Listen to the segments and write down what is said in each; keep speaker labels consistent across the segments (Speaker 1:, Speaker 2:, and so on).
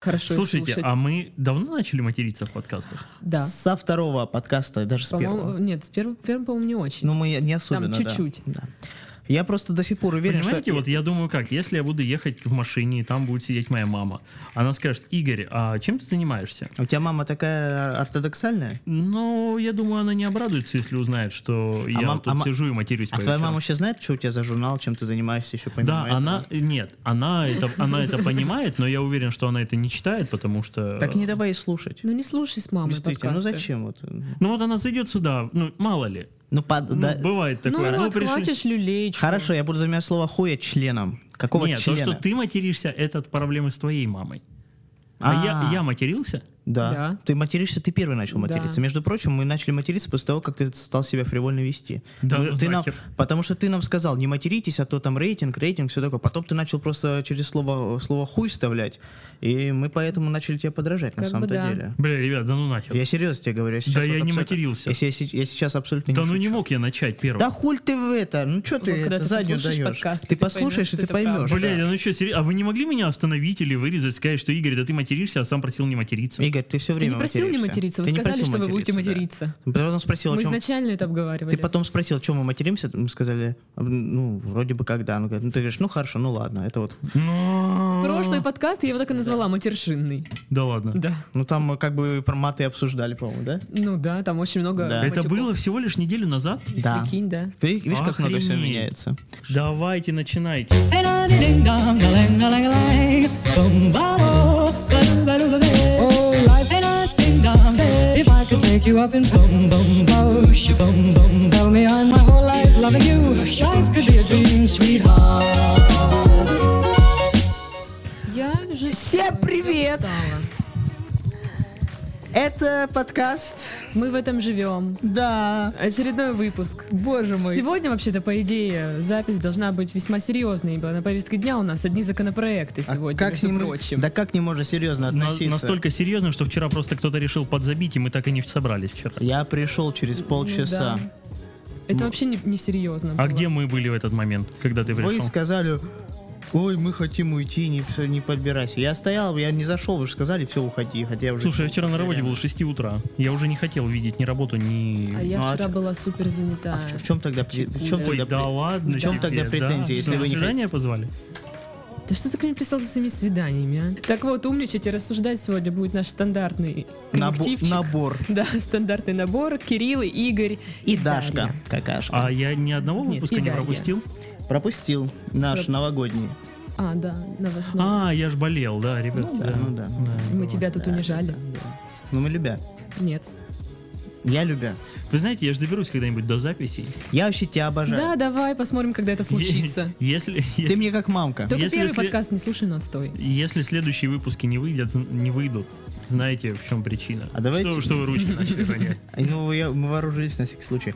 Speaker 1: хорошо их
Speaker 2: Слушайте,
Speaker 1: слушать.
Speaker 2: а мы давно начали материться в подкастах?
Speaker 1: Да.
Speaker 3: Со второго подкаста, даже с
Speaker 1: По-моему,
Speaker 3: первого.
Speaker 1: Нет, с первым, первым, по-моему, не очень.
Speaker 3: Ну, мы не особенно, да.
Speaker 1: чуть-чуть.
Speaker 3: Да. Я просто до сих пор уверен,
Speaker 2: Понимаете,
Speaker 3: что...
Speaker 2: вот я думаю как, если я буду ехать в машине, и там будет сидеть моя мама, она скажет, Игорь, а чем ты занимаешься?
Speaker 3: У тебя мама такая ортодоксальная?
Speaker 2: Ну, я думаю, она не обрадуется, если узнает, что я
Speaker 3: мам-
Speaker 2: тут
Speaker 3: а ма-
Speaker 2: сижу и матерюсь по
Speaker 3: А твоя
Speaker 2: вечерам.
Speaker 3: мама вообще знает, что у тебя за журнал, чем ты занимаешься еще помимо
Speaker 2: Типа, Да,
Speaker 3: этого?
Speaker 2: она... Нет, она это, она это понимает, но я уверен, что она это не читает, потому что...
Speaker 3: Так не давай ей слушать.
Speaker 1: Ну не слушай с мамой
Speaker 3: Действительно, ну
Speaker 1: подкасты.
Speaker 3: зачем вот?
Speaker 2: Ну вот она зайдет сюда, ну, мало ли.
Speaker 3: Ну, под-
Speaker 2: Ну,
Speaker 3: да-
Speaker 2: бывает
Speaker 1: Ну
Speaker 2: такое.
Speaker 1: вот,
Speaker 2: пришли-
Speaker 1: хватишь люлечку.
Speaker 3: Хорошо, я буду заменять слово хуя членом. Какого
Speaker 2: Нет,
Speaker 3: члена?
Speaker 2: то, что ты материшься, это от проблемы с твоей мамой. А, я,
Speaker 3: А.
Speaker 2: я матерился?
Speaker 3: Да.
Speaker 1: Да.
Speaker 3: Ты материшься, ты первый начал
Speaker 1: Да.
Speaker 3: материться. Между прочим, мы начали материться после того, как ты стал себя фривольно вести.
Speaker 2: Да
Speaker 3: Мы-
Speaker 2: ну
Speaker 3: ты нам,
Speaker 2: нахер.
Speaker 3: потому что ты нам сказал, не материтесь, а то там рейтинг, рейтинг, все такое. Потом ты начал просто через слово, слово хуй вставлять. И мы поэтому начали тебя подражать на
Speaker 1: Как бы
Speaker 3: самом-то
Speaker 1: да.
Speaker 3: деле.
Speaker 2: Бля, ребят, да ну нахер.
Speaker 3: Я серьезно тебе говорю, я сейчас
Speaker 2: Да
Speaker 3: вот
Speaker 2: я не
Speaker 3: абсолютно-
Speaker 2: матерился.
Speaker 3: Если я, се- я сейчас абсолютно
Speaker 2: Да
Speaker 3: не
Speaker 2: ну не
Speaker 3: шучу.
Speaker 2: мог я начать первым.
Speaker 3: Да хуль ты в это, ну что ты
Speaker 1: когда
Speaker 3: это
Speaker 1: ты
Speaker 3: заднюю
Speaker 1: послушаешь
Speaker 3: даешь?
Speaker 1: подкасты,
Speaker 3: ты
Speaker 1: ты
Speaker 3: послушаешь,
Speaker 1: поймешь,
Speaker 3: и ты
Speaker 1: что это
Speaker 3: поймешь.
Speaker 1: правда.
Speaker 2: Бля, ну что, серьезно? А вы не могли меня остановить или вырезать, сказать, что Игорь, да ты материшься, а сам просил не материться?
Speaker 3: Игорь, ты все
Speaker 1: Ты
Speaker 3: время
Speaker 1: не просил не
Speaker 3: материшься.
Speaker 1: материться, вы
Speaker 3: Ты не
Speaker 1: сказали,
Speaker 3: просил
Speaker 1: что вы будете
Speaker 3: да.
Speaker 1: материться.
Speaker 3: Потом спросил, о
Speaker 1: Мы
Speaker 3: чем
Speaker 1: изначально это обговаривали.
Speaker 3: Ты потом спросил, чем мы материмся, мы сказали, ну, вроде бы когда. Ну, говорит, ну, ты говоришь, ну, хорошо, ну, ладно, это вот.
Speaker 2: Ну,
Speaker 1: Прошлый подкаст я его так и назвала, матершинный.
Speaker 2: Да ладно.
Speaker 1: Да.
Speaker 3: Ну, там мы как бы про маты обсуждали, по-моему, да?
Speaker 1: Ну да, там очень много
Speaker 3: Да.
Speaker 2: Это
Speaker 1: матюков.
Speaker 2: было всего лишь неделю назад?
Speaker 3: Да.
Speaker 1: Прикинь, да.
Speaker 3: При- Видишь, как много все
Speaker 2: Охренеть.
Speaker 3: меняется.
Speaker 2: Давайте начинайте.
Speaker 4: Oh, life ain't a ding dong. If I could take you up in boom boom boosh, boom boom. Tell me I'm my whole life loving you. Life could be a dream, sweetheart.
Speaker 1: Я уже...
Speaker 3: Всем привет!
Speaker 1: устала.
Speaker 3: Это подкаст,
Speaker 1: Мы в этом живем.
Speaker 3: да,
Speaker 1: Очередной выпуск.
Speaker 3: боже мой.
Speaker 1: Сегодня, вообще-то, по идее, запись должна быть весьма серьезной, ибо на повестке дня у нас одни законопроекты
Speaker 3: А
Speaker 1: сегодня,
Speaker 3: как с
Speaker 1: между
Speaker 3: ним-
Speaker 1: прочим.
Speaker 3: Да как не можно серьезно
Speaker 2: На-
Speaker 3: относиться?
Speaker 2: настолько серьезно, что вчера просто кто-то решил подзабить, и мы так и не собрались вчера.
Speaker 3: Я пришел через полчаса.
Speaker 1: Ну да. Это вообще не, серьезно.
Speaker 2: А где мы были в этот момент, когда ты
Speaker 3: Вы
Speaker 2: пришел?
Speaker 3: сказали, ой, мы хотим уйти, не, всё, не подбирайся. Я стоял, я не зашел, вы же сказали, все, уходи. Хотя я уже...
Speaker 2: Слушай, я вчера на работе был с 6 утра. Я уже не хотел видеть ни работу, ни...
Speaker 1: А я
Speaker 3: Ну, а
Speaker 1: вчера
Speaker 3: чё-
Speaker 1: была супер занята.
Speaker 3: А в, чё- в чем тогда... при- В
Speaker 1: Ой,
Speaker 3: чем
Speaker 2: Ой,
Speaker 3: тогда...
Speaker 2: да
Speaker 3: при-
Speaker 2: ладно
Speaker 3: в чем
Speaker 2: тебе,
Speaker 3: тогда
Speaker 2: да?
Speaker 3: претензии, если
Speaker 2: Что,
Speaker 3: вы
Speaker 2: на
Speaker 3: не
Speaker 2: свидание позвали?
Speaker 1: Да что ты к ним пристался с этими свиданиями, а? Так вот, умничать и рассуждать сегодня будет наш стандартный
Speaker 3: Набо-
Speaker 1: коллективчик.
Speaker 3: набор.
Speaker 1: Да, стандартный набор. Кирилл, и Игорь
Speaker 3: И Дашка,
Speaker 1: Дарья.
Speaker 3: какашка.
Speaker 2: А я ни одного
Speaker 1: Нет,
Speaker 2: выпуска
Speaker 1: и
Speaker 2: не
Speaker 1: Дарья.
Speaker 2: пропустил?
Speaker 3: Пропустил наш
Speaker 1: Про-
Speaker 3: новогодний.
Speaker 1: А, да, новостной.
Speaker 2: А, я ж болел, да, ребят.
Speaker 3: Ну да, ну да, ну да.
Speaker 1: Мы тебя тут
Speaker 3: Да,
Speaker 1: унижали.
Speaker 3: да, да. Ну мы любя.
Speaker 1: Нет.
Speaker 3: Я любя.
Speaker 2: Вы знаете, я же доберусь когда-нибудь до записей.
Speaker 3: Я вообще тебя обожаю.
Speaker 1: Да, давай посмотрим, когда это случится.
Speaker 2: Е- Если,
Speaker 3: Ты
Speaker 2: если,
Speaker 3: мне как мамка.
Speaker 1: Только
Speaker 2: Если
Speaker 1: первый
Speaker 2: сле-
Speaker 1: подкаст не слушай, но отстой.
Speaker 2: если следующие выпуски не выйдут, не выйдут, знаете, в чем причина.
Speaker 3: А давайте-
Speaker 2: Что, что вы ручки начали гонять?
Speaker 3: Ну, я, мы вооружились на всякий случай.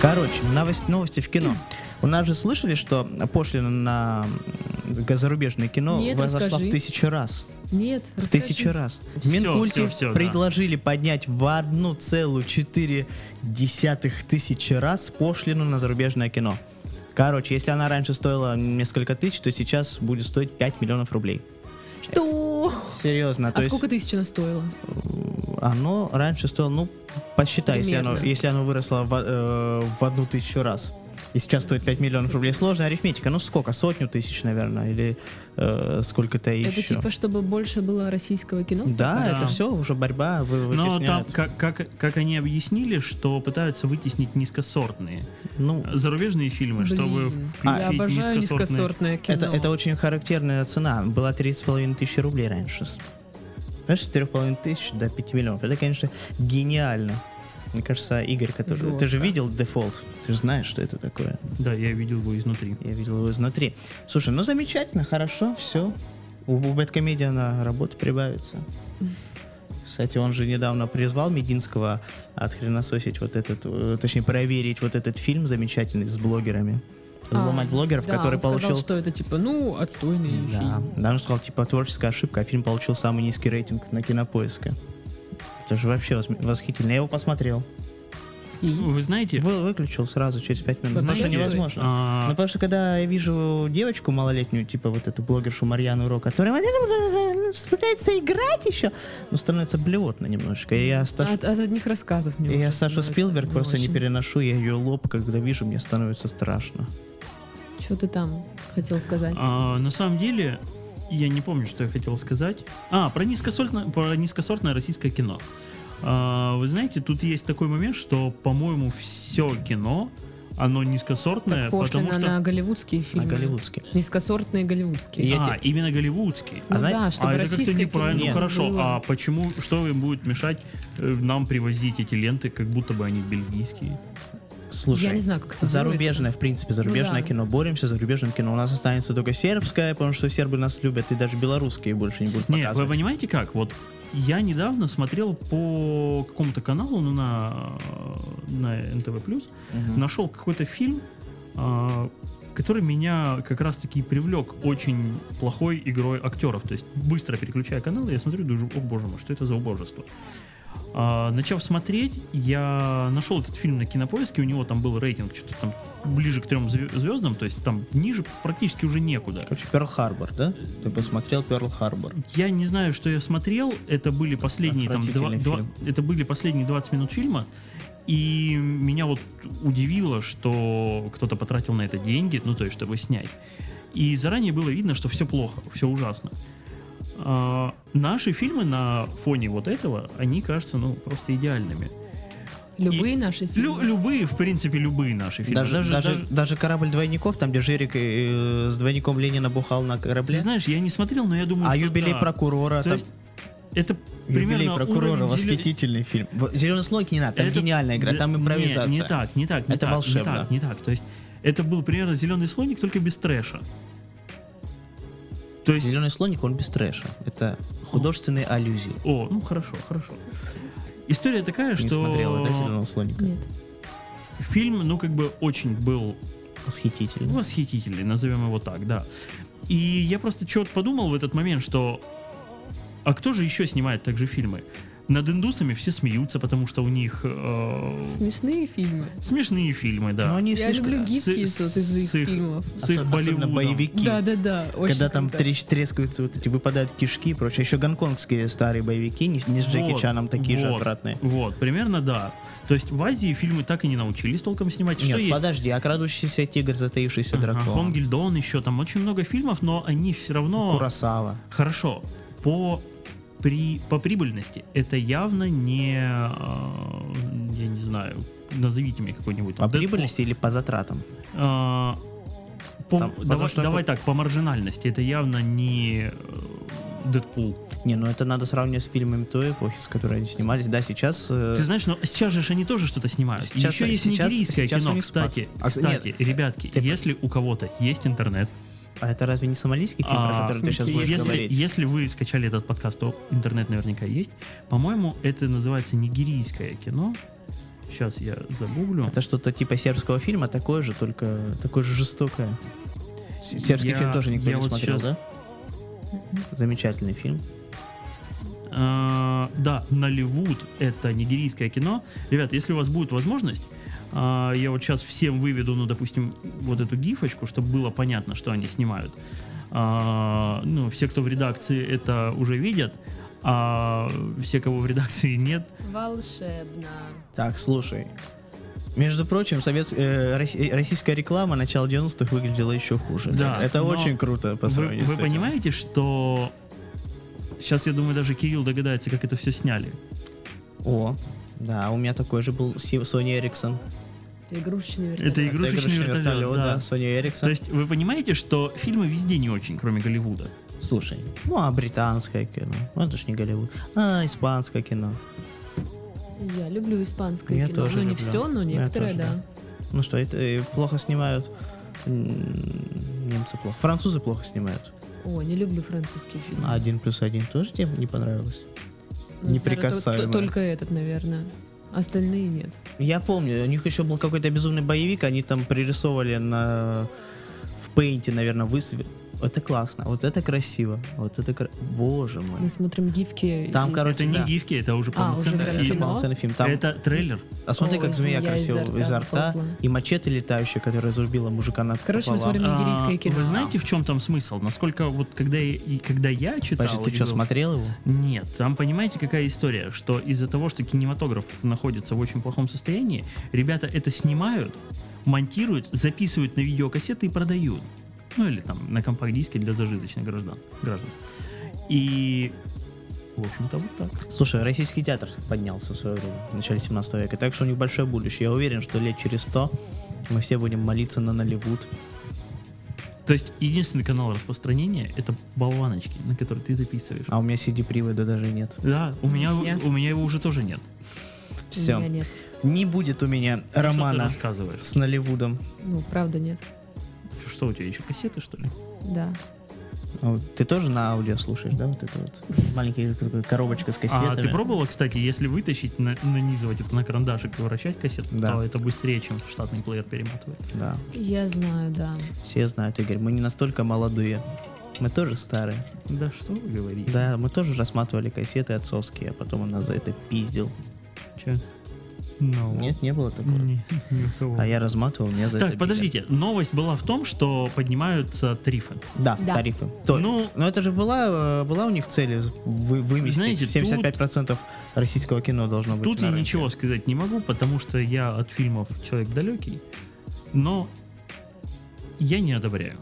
Speaker 3: Короче, новость, новости в кино. У нас же слышали, что пошлина на м, зарубежное кино
Speaker 1: Нет,
Speaker 3: возросла
Speaker 1: расскажи.
Speaker 3: в тысячу раз.
Speaker 1: Нет,
Speaker 3: В
Speaker 1: расскажи.
Speaker 3: тысячу раз. В
Speaker 2: Всё,
Speaker 3: Минкульте
Speaker 2: всё, всё, да.
Speaker 3: предложили поднять в 1,4 тысячи раз пошлину на зарубежное кино. Короче, если она раньше стоила несколько тысяч, то сейчас будет стоить 5 миллионов рублей.
Speaker 1: Что?
Speaker 3: Серьезно, то
Speaker 1: а
Speaker 3: есть
Speaker 1: сколько тысяч она стоила?
Speaker 3: оно раньше стоило, ну, посчитай, если оно,
Speaker 1: Примерно.
Speaker 3: если оно выросло в, э, в одну тысячу раз. И сейчас стоит 5 миллионов рублей. Сложная арифметика. Ну сколько? Сотню тысяч, наверное, или э, сколько-то еще.
Speaker 1: Это типа, чтобы больше было российского кино?
Speaker 3: Да,
Speaker 2: Да.
Speaker 3: это все уже борьба. Вы,
Speaker 2: Но там,
Speaker 3: вытесняют.
Speaker 2: как, как, как они объяснили, что пытаются вытеснить низкосортные.
Speaker 3: Ну,
Speaker 2: Зарубежные фильмы,
Speaker 1: Блин,
Speaker 2: чтобы
Speaker 1: я
Speaker 2: включить
Speaker 1: обожаю
Speaker 2: низкосортные.
Speaker 1: низкосортное кино.
Speaker 3: Это, это очень характерная цена. Была 3,5 тысячи рублей раньше. Знаешь, с 4,5 тысяч до 5 миллионов. Это, конечно, гениально. Мне кажется, Игорь, который... Ты же
Speaker 1: Жёстко.
Speaker 3: видел дефолт? Ты же знаешь, что это такое.
Speaker 2: Да, я видел его изнутри.
Speaker 3: Я видел его изнутри. Слушай, ну замечательно, хорошо, все. У, у Бэткомедиана работа прибавится. Кстати, он же недавно призвал Мединского отхренососить вот этот, э, точнее, проверить вот этот фильм замечательный с блогерами.
Speaker 1: А,
Speaker 3: Взломать блогеров,
Speaker 1: да,
Speaker 3: который
Speaker 1: он сказал,
Speaker 3: получил...
Speaker 1: что это типа, ну, отстойный
Speaker 3: Да,
Speaker 1: фильм.
Speaker 3: да, он сказал, типа, творческая ошибка, а фильм получил самый низкий рейтинг на кинопоиске. Это же вообще восм- восхитительно. Я его посмотрел.
Speaker 1: И...
Speaker 2: Вы знаете,
Speaker 3: Вы- выключил сразу через пять минут. Потому что
Speaker 2: знаете,
Speaker 3: невозможно.
Speaker 2: а,
Speaker 3: Ну, потому что когда я вижу девочку малолетнюю, типа вот эту блогершу Марьяну Ро, которая ну, вспоминается играть еще, ну, становится блевотно немножко. И я Сашу,
Speaker 1: От, от одних рассказов мне
Speaker 3: и я
Speaker 1: уже
Speaker 3: Сашу
Speaker 1: становится
Speaker 3: Спилберг просто не
Speaker 1: очень.
Speaker 3: переношу, я ее лоб, когда вижу, мне становится страшно.
Speaker 1: Что ты там хотел сказать?
Speaker 2: а, на самом деле, я не помню, что я хотел сказать. А, про низкосортное, про низкосортное российское кино. А, вы знаете, тут есть такой момент, что, по-моему, все кино, оно низкосортное,
Speaker 1: так пошлина
Speaker 2: потому что... А,
Speaker 1: на голливудские
Speaker 3: На
Speaker 1: фильмы.
Speaker 3: голливудский.
Speaker 1: Низкосортные голливудские.
Speaker 3: И- Я
Speaker 2: А, именно голливудский.
Speaker 1: Ну
Speaker 3: а знаете-
Speaker 1: да, чтобы
Speaker 2: а это как-то
Speaker 1: российское
Speaker 2: неправильно.
Speaker 1: кино
Speaker 2: Ну, хорошо,
Speaker 1: было.
Speaker 2: а почему, что им будет мешать э, нам привозить эти ленты, как будто бы они бельгийские?
Speaker 1: Я
Speaker 3: Слушай,
Speaker 1: не знаю, как это Ну
Speaker 3: зарубежное, в принципе, зарубежное
Speaker 1: да.
Speaker 3: кино. Боремся с зарубежным кино. У нас останется только сербское, потому что сербы нас любят, и даже белорусские больше не будут
Speaker 2: Не, вы
Speaker 3: показывать.
Speaker 2: понимаете как? Вот я недавно смотрел по какому-то каналу, ну, на, на НТВ+,
Speaker 3: Мгм.
Speaker 2: нашел какой-то фильм, а, который меня как раз-таки и привлек очень плохой игрой актеров. То есть быстро переключая канал, я смотрю, думаю, о боже мой, что это за убожество. А, начав смотреть, я нашел этот фильм на кинопоиске, у него там был рейтинг что-то там ближе к трем зве- звездам, то есть там ниже практически уже некуда.
Speaker 3: Короче, Перл-Харбор, да? Ты посмотрел Перл-Харбор.
Speaker 2: Я не знаю, что я смотрел. Это были последние там два,
Speaker 3: Отвратительный
Speaker 2: два- это были последние 20 минут фильма. И меня вот удивило, что кто-то потратил на это деньги, ну то есть, чтобы снять. И заранее было видно, что все плохо, все ужасно. А, наши фильмы на фоне вот этого, они кажутся, ну, просто идеальными.
Speaker 1: Любые наши
Speaker 2: Лю-
Speaker 1: фильмы.
Speaker 2: любые, в принципе, любые наши фильмы.
Speaker 3: Даже, даже, даже,
Speaker 2: даже-
Speaker 3: корабль двойников, там, где Жирик э, с двойником Ленина бухал на
Speaker 2: Ты
Speaker 3: корабле.
Speaker 2: знаешь, я не смотрел, но я думаю,
Speaker 3: а
Speaker 2: что
Speaker 3: юбилей
Speaker 2: да.
Speaker 3: прокурора.
Speaker 2: То
Speaker 3: там-
Speaker 2: есть это
Speaker 3: юбилей
Speaker 2: примерно
Speaker 3: прокурора,
Speaker 2: уровень зеле-
Speaker 3: восхитительный фильм. Зеленый слой не надо, там
Speaker 2: Это-
Speaker 3: гениальная игра,
Speaker 2: да,
Speaker 3: там
Speaker 2: не,
Speaker 3: импровизация.
Speaker 2: Не, так, не так. Не
Speaker 3: Это
Speaker 2: так,
Speaker 3: волшебно.
Speaker 2: Не так, не так. То есть это был примерно зеленый слоник, только без трэша. То есть,
Speaker 3: Зеленый слоник, он без трэша. Это художественные аллюзии.
Speaker 2: о, ну хорошо, хорошо. История такая,
Speaker 3: Не
Speaker 2: что
Speaker 3: смотрела, да, зеленого слоника?
Speaker 1: Нет.
Speaker 2: фильм, ну как бы очень был
Speaker 3: Восхитительно.
Speaker 2: восхитительный, назовем его так, да. И я просто чего-то подумал в этот момент, что а кто же еще снимает также фильмы? Над индусами все смеются, потому что у них э,
Speaker 1: Смешные фильмы.
Speaker 2: смешные фильмы, да.
Speaker 3: Но Ну, они
Speaker 1: Я
Speaker 3: слишком-
Speaker 1: люблю гифки
Speaker 2: С-
Speaker 1: из вот из их
Speaker 2: с их-
Speaker 1: фильмов.
Speaker 2: с их
Speaker 3: Осо- особенно
Speaker 2: Болливудом.
Speaker 3: боевики.
Speaker 1: Да, да, да. Очень
Speaker 3: Когда там
Speaker 1: круто.
Speaker 3: трещ- трескаются вот эти, выпадают кишки и прочее. Еще гонконгские старые боевики, не, не с Джеки
Speaker 2: Вот,
Speaker 3: Чаном, такие же
Speaker 2: вот,
Speaker 3: отвратные.
Speaker 2: Вот, примерно да. То есть в Азии фильмы так и не научились толком снимать. Что
Speaker 3: Нет,
Speaker 2: есть?
Speaker 3: подожди, а крадущийся тигр, затаившийся
Speaker 2: Ага,
Speaker 3: дракон. Ну,
Speaker 2: Хонгель Дон еще там очень много фильмов, но они все равно
Speaker 3: Курасава.
Speaker 2: хорошо по при по прибыльности это явно не а, я не знаю назовите мне какой-нибудь
Speaker 3: По
Speaker 2: там Дэдпул.
Speaker 3: А прибыльности или по затратам?
Speaker 2: А, по-
Speaker 3: Там, потому
Speaker 2: давай
Speaker 3: что-
Speaker 2: давай так по маржинальности это явно не э, Дэдпул.
Speaker 3: Не, ну это надо сравнивать с фильмами той эпохи, с которой они снимались. Да, сейчас... э,
Speaker 2: Ты знаешь, но сейчас же ж они тоже что-то снимают. И
Speaker 3: Сейчас-
Speaker 2: Еще есть
Speaker 3: сейчас-
Speaker 2: нигерийское
Speaker 3: сейчас у
Speaker 2: кино,
Speaker 3: них спад.
Speaker 2: кстати.
Speaker 3: А,
Speaker 2: кстати,
Speaker 3: нет,
Speaker 2: ребятки,
Speaker 3: ты-
Speaker 2: если у кого-то есть интернет,
Speaker 3: А это разве не сомалийский фильм,
Speaker 2: а,
Speaker 3: про который ты сейчас
Speaker 1: смысле,
Speaker 3: будешь
Speaker 2: если,
Speaker 3: говорить?
Speaker 2: если вы скачали этот подкаст, то интернет наверняка есть. По-моему, это называется нигерийское кино. Сейчас я загуглю.
Speaker 3: Это что-то типа сербского фильма, такое же, только такое же жестокое. С- Сербский
Speaker 2: Я-
Speaker 3: фильм тоже никто
Speaker 2: я
Speaker 3: не
Speaker 2: вот
Speaker 3: смотрел,
Speaker 2: щас-
Speaker 3: да? Замечательный фильм.
Speaker 2: А, да, Наливуд это нигерийское кино. Ребят, если у вас будет возможность, а, я вот сейчас всем выведу, ну, допустим, вот эту гифочку, чтобы было понятно, что они снимают. А, ну, все, кто в редакции, это уже видят, а все, кого в редакции нет,
Speaker 1: Волшебно.
Speaker 3: Так, слушай. Между прочим, совет, э, рос- российская реклама начала 90-х выглядела еще хуже.
Speaker 2: Да,
Speaker 3: это
Speaker 2: но
Speaker 3: очень круто по
Speaker 2: Вы,
Speaker 3: сравнению
Speaker 2: вы
Speaker 3: с этим.
Speaker 2: понимаете, что сейчас, я думаю, даже Кирилл догадается, как это все сняли.
Speaker 3: О, да, у меня такой же был Си- Sony Ericsson.
Speaker 1: Это игрушечный вертолет.
Speaker 2: Это игрушечный вертолет, да.
Speaker 3: Sony Ericsson.
Speaker 2: То есть вы понимаете, что фильмы везде не очень, кроме Голливуда.
Speaker 3: Слушай, ну а британское кино? Ну, это ж не Голливуд. А, испанское кино.
Speaker 1: Я люблю испанское
Speaker 3: Я
Speaker 1: кино.
Speaker 3: тоже
Speaker 1: ну, не
Speaker 3: люблю.
Speaker 1: все, но
Speaker 3: Я
Speaker 1: некоторые,
Speaker 3: тоже,
Speaker 1: да.
Speaker 3: Ну что, это э, плохо снимают. М, Немцы плохо. Французы плохо снимают.
Speaker 1: О, не люблю французские фильмы.
Speaker 3: А один плюс один тоже тебе не понравилось?
Speaker 1: Ну,
Speaker 3: неприкасаемые.
Speaker 1: наверное, то- Только этот, наверное. Остальные нет.
Speaker 3: Я помню, у них еще был какой-то безумный боевик, они там пририсовывали на в пейнте, наверное, высве- это классно, вот это красиво, вот это... кра- Боже
Speaker 1: Мы
Speaker 3: мой.
Speaker 1: смотрим гифки.
Speaker 3: Там,
Speaker 1: из-
Speaker 3: короче,
Speaker 2: Это не
Speaker 3: Да.
Speaker 2: гифки, это уже
Speaker 1: А, уже
Speaker 2: полноценный
Speaker 1: прям
Speaker 2: фильм.
Speaker 3: Это
Speaker 1: кино.
Speaker 3: полноценный фильм. Там...
Speaker 2: Это трейлер.
Speaker 3: А смотри,
Speaker 1: Ой,
Speaker 3: как змея
Speaker 1: змея изо
Speaker 3: красиво
Speaker 1: рта
Speaker 3: изо рта,
Speaker 1: выползла.
Speaker 3: и мачете летающее, которое зарубило мужика над
Speaker 1: Короче, мы смотрим Нигерийское
Speaker 2: А,
Speaker 1: кино.
Speaker 2: Вы знаете, в чем там смысл? Насколько вот когда я, и когда я читал...
Speaker 3: Подожди, ты
Speaker 2: и
Speaker 3: что,
Speaker 2: был-
Speaker 3: смотрел его?
Speaker 2: Нет, там понимаете, какая история, что из-за того, что кинематограф находится в очень плохом состоянии, ребята это снимают, монтируют, записывают на видеокассеты и продают. Ну или там на компакт-диске для зажиточных граждан. граждан. И, в общем-то, вот так.
Speaker 3: Слушай, российский театр поднялся в свое время, в начале 17 века, так что у них большое будущее. Я уверен, что лет через 100 мы все будем молиться на Нолливуд.
Speaker 2: То есть единственный канал распространения это болваночки, на которые ты записываешь.
Speaker 3: А у меня CD-привода даже нет.
Speaker 2: Да, у меня,
Speaker 1: Я.
Speaker 2: у меня его уже тоже нет.
Speaker 1: У меня
Speaker 3: Все.
Speaker 1: нет.
Speaker 3: Не будет у меня
Speaker 2: Что ты
Speaker 3: романа
Speaker 2: рассказываешь?
Speaker 3: с Нолливудом.
Speaker 1: Ну, правда нет.
Speaker 2: Что у тебя еще кассеты что ли?
Speaker 1: Да.
Speaker 3: Ну, Ты тоже на аудио слушаешь, да? Вот это вот маленькая такая коробочка с кассетами.
Speaker 2: А ты пробовала, кстати, если вытащить, на- нанизывать это на карандашик и вращать кассету,
Speaker 3: Да.
Speaker 2: то это быстрее, чем штатный плеер перематывает.
Speaker 3: Да.
Speaker 1: Я знаю, да.
Speaker 3: Все знают, Игорь, мы не настолько молодые. Мы тоже старые.
Speaker 2: Да что вы говорите?
Speaker 3: Да, мы тоже рассматривали кассеты отцовские, а потом он нас за это пиздил.
Speaker 2: Че? Ну,
Speaker 3: Нет, не было такого.
Speaker 2: не- ни у кого.
Speaker 3: А я разматывал, меня за это
Speaker 2: Так,
Speaker 3: били.
Speaker 2: подождите, новость была в том, что поднимаются тарифы.
Speaker 3: Да,
Speaker 1: Да.
Speaker 3: тарифы. То-
Speaker 2: Ну,
Speaker 3: Но это же была, э, была у них цель вы, выместить.
Speaker 2: Знаете, тут-
Speaker 3: 75% российского кино должно быть.
Speaker 2: тут
Speaker 3: на
Speaker 2: я
Speaker 3: рынке.
Speaker 2: ничего сказать не могу, потому что я от фильмов человек далекий, но я не одобряю.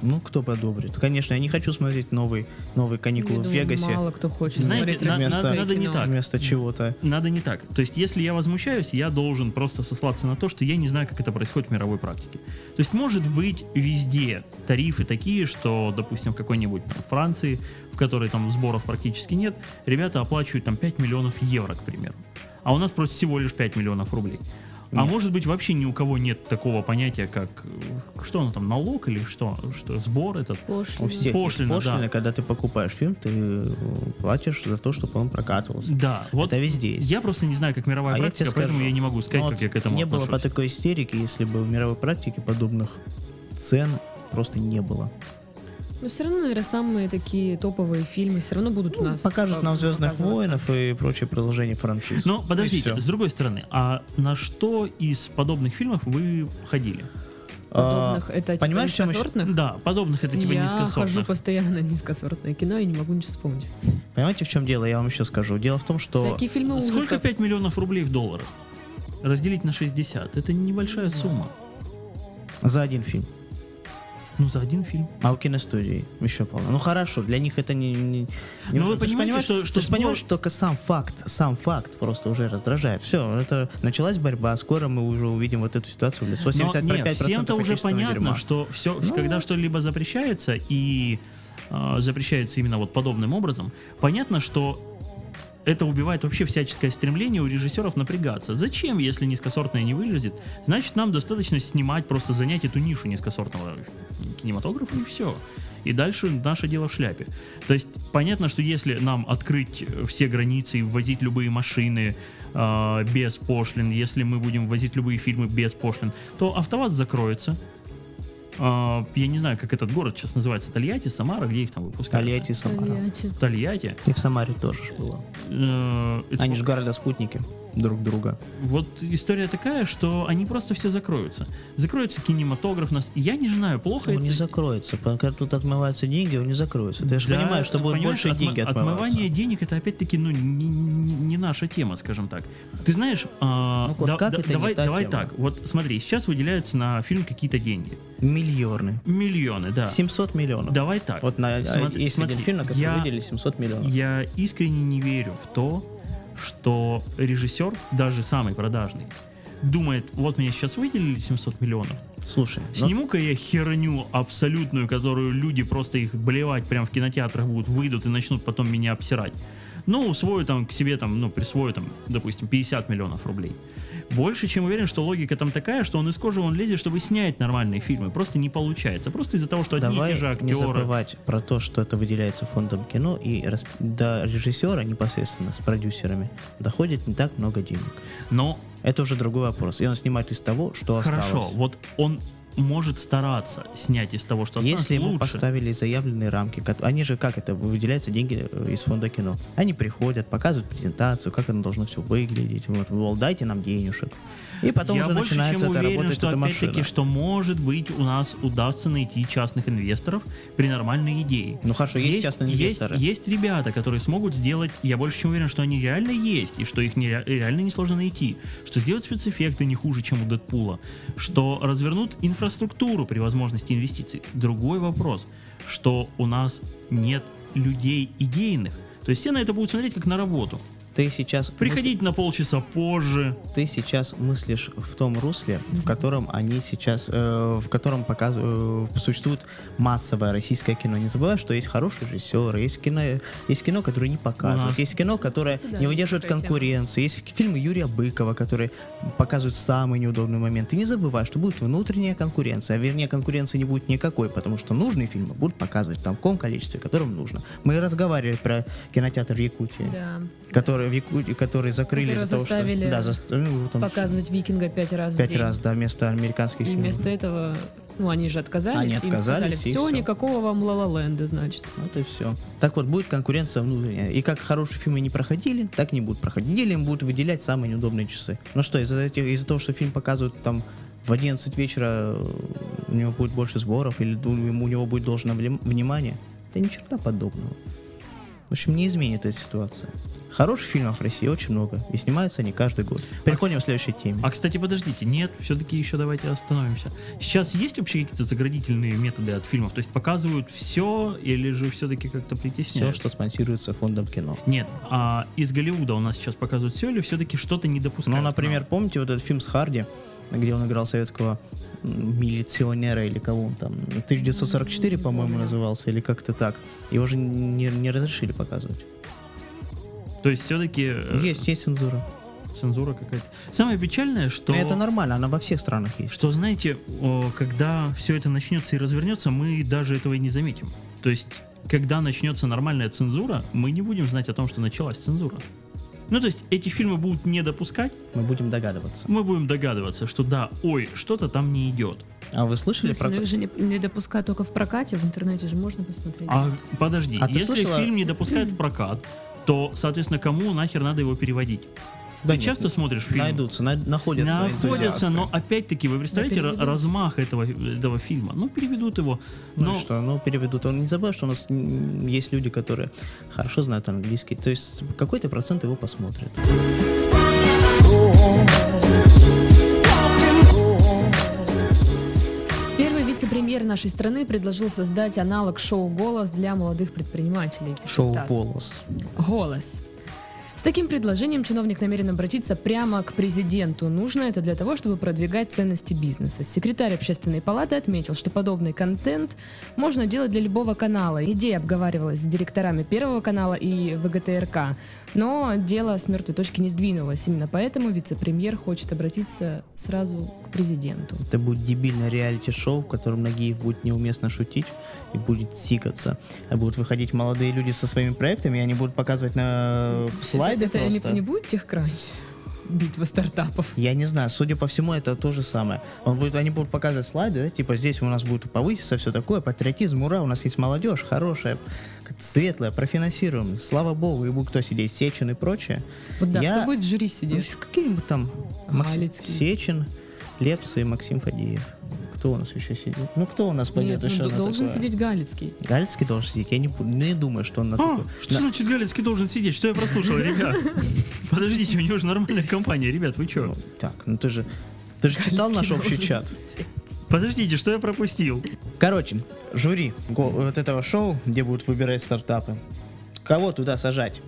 Speaker 3: Ну, кто подобрит. Конечно, я не хочу смотреть новый, новые каникулы
Speaker 1: Я
Speaker 3: в
Speaker 1: думаю,
Speaker 3: Вегасе.
Speaker 1: Мало кто хочет
Speaker 2: Знаете,
Speaker 1: смотреть
Speaker 2: на-
Speaker 3: на-
Speaker 1: российское
Speaker 2: надо не
Speaker 1: кино.
Speaker 2: так.
Speaker 3: Вместо чего-то.
Speaker 2: Надо не так. То есть, если я возмущаюсь, я должен просто сослаться на то, что я не знаю, как это происходит в мировой практике. То есть, может быть, везде тарифы такие, что, допустим, в какой-нибудь там Франции, в которой там сборов практически нет, ребята оплачивают там 5 миллионов евро, к примеру. А у нас просто всего лишь 5 миллионов рублей. А
Speaker 3: Нет.
Speaker 2: может быть, вообще ни у кого нет такого понятия, как э, что оно там, налог или что? что сбор этот?
Speaker 1: Пошлина.
Speaker 3: У всех
Speaker 2: Пошлина,
Speaker 3: пошлина, пошлина
Speaker 2: да.
Speaker 3: когда ты покупаешь фильм, ты э, платишь за то, чтобы он прокатывался.
Speaker 2: Да, вот
Speaker 3: Это везде есть.
Speaker 2: я просто не знаю, как мировая
Speaker 3: А я
Speaker 2: практика,
Speaker 3: тебе
Speaker 2: поэтому
Speaker 3: скажу.
Speaker 2: я не могу сказать,
Speaker 3: Но
Speaker 2: как
Speaker 3: вот
Speaker 2: я к этому
Speaker 3: Не было
Speaker 2: отношусь.
Speaker 3: бы такой истерики, если бы в мировой практике подобных цен просто не было.
Speaker 1: Но все Ну, равно, наверное, самые такие топовые фильмы все равно будут у нас.
Speaker 3: Ну, Покажут
Speaker 1: э,
Speaker 3: нам Звездных
Speaker 1: показываться.
Speaker 3: воинов и прочие приложения франшиз.
Speaker 2: Но Ну, подождите,
Speaker 3: всё.
Speaker 2: с другой стороны, а на что из подобных фильмов вы ходили?
Speaker 3: А,
Speaker 1: Подобных, это типа
Speaker 3: понимаешь, в чём ещё-
Speaker 1: низкосортных?
Speaker 2: Да, подобных это типа
Speaker 1: Я хожу
Speaker 2: низкосортных.
Speaker 1: постоянно на низкосортное кино и не могу ничего вспомнить.
Speaker 3: Понимаете, в чем дело? Я вам еще скажу. Дело в том, что
Speaker 1: Всякие фильмы ужасов.
Speaker 2: Сколько 5 миллионов рублей в долларах? Разделить на 60. Это небольшая сумма.
Speaker 3: за один фильм,
Speaker 2: Ну, за один фильм.
Speaker 3: а у киностудии еще полно. Ну хорошо, для них это не. не- не
Speaker 2: Но Ну, вы
Speaker 3: важно. Ты ж
Speaker 2: понимаете, что- что
Speaker 3: ты ж
Speaker 2: сбор-
Speaker 3: понимаешь, только сам факт, сам факт просто уже раздражает. Все, это началась борьба. Скоро мы уже увидим вот эту ситуацию в лицо.
Speaker 2: Но Ну,
Speaker 3: 75%
Speaker 2: нет, всем-то уже
Speaker 3: отечественного
Speaker 2: понятно,
Speaker 3: дерьма.
Speaker 2: что все,
Speaker 3: Ну
Speaker 2: когда
Speaker 3: вот.
Speaker 2: что-либо запрещается и э, запрещается именно вот подобным образом, понятно, что это убивает вообще всяческое стремление у режиссеров напрягаться. Зачем, если низкосортное не вылезет? Значит, нам достаточно снимать, просто занять эту нишу низкосортного кинематографа и все. И дальше наше дело в шляпе. То есть понятно, что если нам открыть э, все границы и ввозить любые машины э, без пошлин, если мы будем ввозить любые фильмы без пошлин, то АвтоВАЗ закроется. Э, я не знаю, как этот город сейчас называется, Тольятти, Самара, где их там выпускают?
Speaker 3: Тольятти и
Speaker 1: э,
Speaker 3: Самара.
Speaker 1: Тольятти.
Speaker 2: Тольятти.
Speaker 3: И в Самаре тоже ж было.
Speaker 2: Э, это
Speaker 3: Они же города-спутники друг друга.
Speaker 2: Вот история такая, что они просто все закроются. Закроется кинематограф нас. Я не знаю, плохо
Speaker 3: Он
Speaker 2: это.
Speaker 3: не закроется. Пока тут отмываются деньги, он не закроется. Ты же
Speaker 2: Да,
Speaker 3: понимаешь, что будет
Speaker 2: понимаешь,
Speaker 3: больше
Speaker 2: отмы-
Speaker 3: деньги отмываться.
Speaker 2: Отмывание денег это опять-таки ну, не, не- не наша тема, скажем так. Ты знаешь, а,
Speaker 3: Ну, вот как это не
Speaker 2: давай,
Speaker 3: та
Speaker 2: давай
Speaker 3: тема?
Speaker 2: так. Вот смотри, сейчас выделяются на фильм какие-то деньги.
Speaker 3: Миллионы.
Speaker 2: Миллионы, да.
Speaker 3: 700 миллионов.
Speaker 2: Давай так.
Speaker 3: Вот на, а,
Speaker 2: Смотри-
Speaker 3: есть
Speaker 2: смотри,
Speaker 3: один фильм, на который
Speaker 2: я-
Speaker 3: выделили 700 миллионов.
Speaker 2: Я искренне не верю в то, что режиссер, даже самый продажный, думает, вот мне сейчас выделили 700 миллионов,
Speaker 3: Слушай, ну,
Speaker 2: Сниму-ка я херню абсолютную, которую люди просто их блевать прям в кинотеатрах будут, выйдут и начнут потом меня обсирать. Ну, усвою там к себе там, ну, присвою там, допустим, 50 миллионов рублей. Больше чем уверен, что логика там такая, что он из кожи вон лезет, чтобы снять нормальные фильмы. Просто не получается. Просто из-за того, что одни и
Speaker 3: давай
Speaker 2: те же
Speaker 3: не
Speaker 2: актеры.
Speaker 3: забывать про то, что это выделяется фондом кино, и рас- до режиссера непосредственно с продюсерами доходит не так много денег.
Speaker 2: Но
Speaker 3: Это уже другой вопрос. И он снимает из того, что
Speaker 2: хорошо,
Speaker 3: осталось.
Speaker 2: вот он может стараться снять из того, что осталось,
Speaker 3: Если ему
Speaker 2: лучше.
Speaker 3: поставили заявленные рамки, кот- они же как это выделяются деньги э, из фонда кино. Они приходят, показывают презентацию, как оно должно все выглядеть. Вот, мол, дайте нам денежек. И потом
Speaker 2: Я
Speaker 3: уже
Speaker 2: больше
Speaker 3: начинается
Speaker 2: чем
Speaker 3: эта
Speaker 2: уверен,
Speaker 3: работа,
Speaker 2: что
Speaker 3: эта машина.
Speaker 2: опять-таки, что может быть у нас удастся найти частных инвесторов при нормальной идее.
Speaker 3: Ну хорошо, есть, частные
Speaker 2: есть-
Speaker 3: инвесторы.
Speaker 2: Есть, ребята, которые смогут сделать, я больше чем уверен, что они реально есть, и что их нере- реально несложно найти, что сделать спецэффекты не хуже, чем у Дэдпула, что развернут инфраструктуру при возможности инвестиций. Другой вопрос, что у нас нет людей идейных. То есть все на это будут смотреть как на работу.
Speaker 3: Ты сейчас мысли-
Speaker 2: Приходить на полчаса позже.
Speaker 3: ты сейчас мыслишь в том русле, в котором они сейчас, э, в котором показывают, существует массовое российское кино. Не забывай, что есть хорошие режиссеры, есть кино, есть кино, которое не показывают,
Speaker 2: нас-
Speaker 3: есть кино, которое
Speaker 1: Кстати, да,
Speaker 3: не
Speaker 1: есть
Speaker 3: выдерживает
Speaker 1: такая тема.
Speaker 3: конкуренции, есть фильмы Юрия Быкова, которые показывают самый неудобный момент. И не забывай, что будет внутренняя конкуренция, а вернее конкуренции не будет никакой, потому что нужные фильмы будут показывать в таком количестве, которым нужно. Мы разговаривали про кинотеатр в Якутии.
Speaker 1: Да.
Speaker 3: Которые в Якутии, которые закрыли
Speaker 1: Которые
Speaker 3: из-за того,
Speaker 1: заставили
Speaker 3: что... Да, заст- ну, там
Speaker 1: Показывать викинга пять раз в
Speaker 3: Пять
Speaker 1: день.
Speaker 3: раз, да, вместо американских
Speaker 1: И
Speaker 3: фильмов.
Speaker 1: вместо этого, ну они же отказались.
Speaker 3: Они отказались,
Speaker 1: Им сказали,
Speaker 3: и
Speaker 1: все,
Speaker 3: всё».
Speaker 1: никакого вам Лалаленда, значит.
Speaker 3: Вот и все. Так вот, будет конкуренция внутренняя. И как хорошие фильмы не проходили, так не будут проходить. Или им будут выделять самые неудобные часы. Ну что, из-за этих- из-за того, что фильм показывают там в 11 вечера, э, у него будет больше сборов, или ду- ему- у него будет должно влим- внимание. Да ни черта подобного. В общем, не изменит эта ситуация. Хороших фильмов в России очень много, и снимаются они каждый год. Переходим к следующей теме.
Speaker 2: А, кстати, подождите, нет, все-таки еще давайте остановимся. Сейчас есть вообще какие-то заградительные методы от фильмов? То есть показывают все или же все-таки как-то
Speaker 3: Все,
Speaker 2: притесняют?
Speaker 3: что спонсируется фондом кино.
Speaker 2: Нет, а из Голливуда у нас сейчас показывают все или все-таки что-то не допускают?
Speaker 3: Ну,
Speaker 2: к нам?
Speaker 3: например, помните вот этот фильм с Харди, где он играл советского м, милиционера или кого он там, 1944, по-моему,
Speaker 1: помню.
Speaker 3: назывался, или как-то так. Его же не, не разрешили показывать.
Speaker 2: А, То есть все-таки
Speaker 3: Есть, есть цензура.
Speaker 2: цензура какая-то. Самое печальное, что...
Speaker 3: Но это нормально, она во всех странах есть.
Speaker 2: Что, знаете, о, когда все это начнется и развернется, мы даже этого и не заметим. То есть, когда начнется нормальная цензура, мы не будем знать о том, что началась цензура. Ну, то есть, эти фильмы будут не допускать,
Speaker 3: Мы будем догадываться.
Speaker 2: мы будем догадываться, что да, ой, что-то там не идет.
Speaker 3: А вы слышали
Speaker 1: Если
Speaker 3: про...
Speaker 1: ну,
Speaker 3: то-
Speaker 1: их же не, не допускают только в прокате, в интернете же можно посмотреть.
Speaker 2: А подожди,
Speaker 3: А ты
Speaker 2: если
Speaker 3: слышала-
Speaker 2: фильм не допускает в прокат, то, соответственно, кому нахер надо его переводить?
Speaker 3: Да
Speaker 2: Ты
Speaker 3: нет,
Speaker 2: часто смотришь фильмы?
Speaker 3: Найдутся, най- находятся
Speaker 2: Находятся,
Speaker 3: энтузиасты.
Speaker 2: но опять-таки, вы представляете
Speaker 1: Да,
Speaker 2: ра-
Speaker 1: переведут.
Speaker 2: размах этого, этого фильма? Ну, переведут его.
Speaker 3: Ну
Speaker 2: но
Speaker 3: и что, ну переведут. Он не забыл, что у нас м, есть люди, которые хорошо знают английский. То есть какой-то процент его посмотрит.
Speaker 1: Первый вице-премьер нашей страны предложил создать аналог шоу «Голос» для молодых предпринимателей. пишет
Speaker 3: Шоу
Speaker 1: ТАСС.
Speaker 3: «Волос».
Speaker 1: «Голос». С таким предложением чиновник намерен обратиться прямо к президенту. Нужно это для того, чтобы продвигать ценности бизнеса. Секретарь общественной палаты отметил, что подобный контент можно делать для любого канала. Идея обговаривалась с директорами Первого канала и ВГТРК. Но дело с мертвой точки не сдвинулось. Именно поэтому вице-премьер хочет обратиться сразу к президенту.
Speaker 3: Это будет дебильное реалити-шоу, в котором Нагиев будет неуместно шутить и будет сикаться. А Будут выходить молодые люди со своими проектами, и они будут показывать на э, слайды
Speaker 1: это, это не-
Speaker 3: просто.
Speaker 1: не, будет техкранч? Битва стартапов.
Speaker 3: Я не знаю, судя по всему, это то же самое. Он будет, они будут показывать слайды, да, типа здесь у нас будет повыситься, все такое, патриотизм, ура, у нас есть молодежь, хорошая, как-то светлая, профинансируем, слава богу, и будет кто сидеть, Сечин и прочее.
Speaker 1: Вот да,
Speaker 3: Я-
Speaker 1: кто будет в жюри
Speaker 3: Ну,
Speaker 1: сидеть?
Speaker 3: еще какие-нибудь там Максим
Speaker 1: Галицкий.
Speaker 3: Сечин, Лепс и Максим Фадеев. Кто у нас еще сидит? Ну, кто у нас
Speaker 1: Нет,
Speaker 3: пойдет
Speaker 1: ну,
Speaker 3: еще
Speaker 1: д-
Speaker 3: на
Speaker 1: должен
Speaker 3: такое?
Speaker 1: сидеть Галицкий.
Speaker 3: Гальский должен сидеть, я не, пу- не думаю, что он на
Speaker 2: А,
Speaker 3: такой.
Speaker 2: что
Speaker 3: на-
Speaker 2: значит Галецкий должен сидеть? Что я прослушал, ребят? Подождите, у него же нормальная компания, ребят, вы
Speaker 3: Ну,
Speaker 2: что?
Speaker 3: так, ну ты же, ты же читал наш
Speaker 1: Галицкий
Speaker 3: общий
Speaker 1: должен
Speaker 3: чат.
Speaker 1: сидеть.
Speaker 2: Подождите, что я пропустил?
Speaker 3: Короче, жюри го- вот этого шоу, где будут выбирать стартапы, кого туда сажать?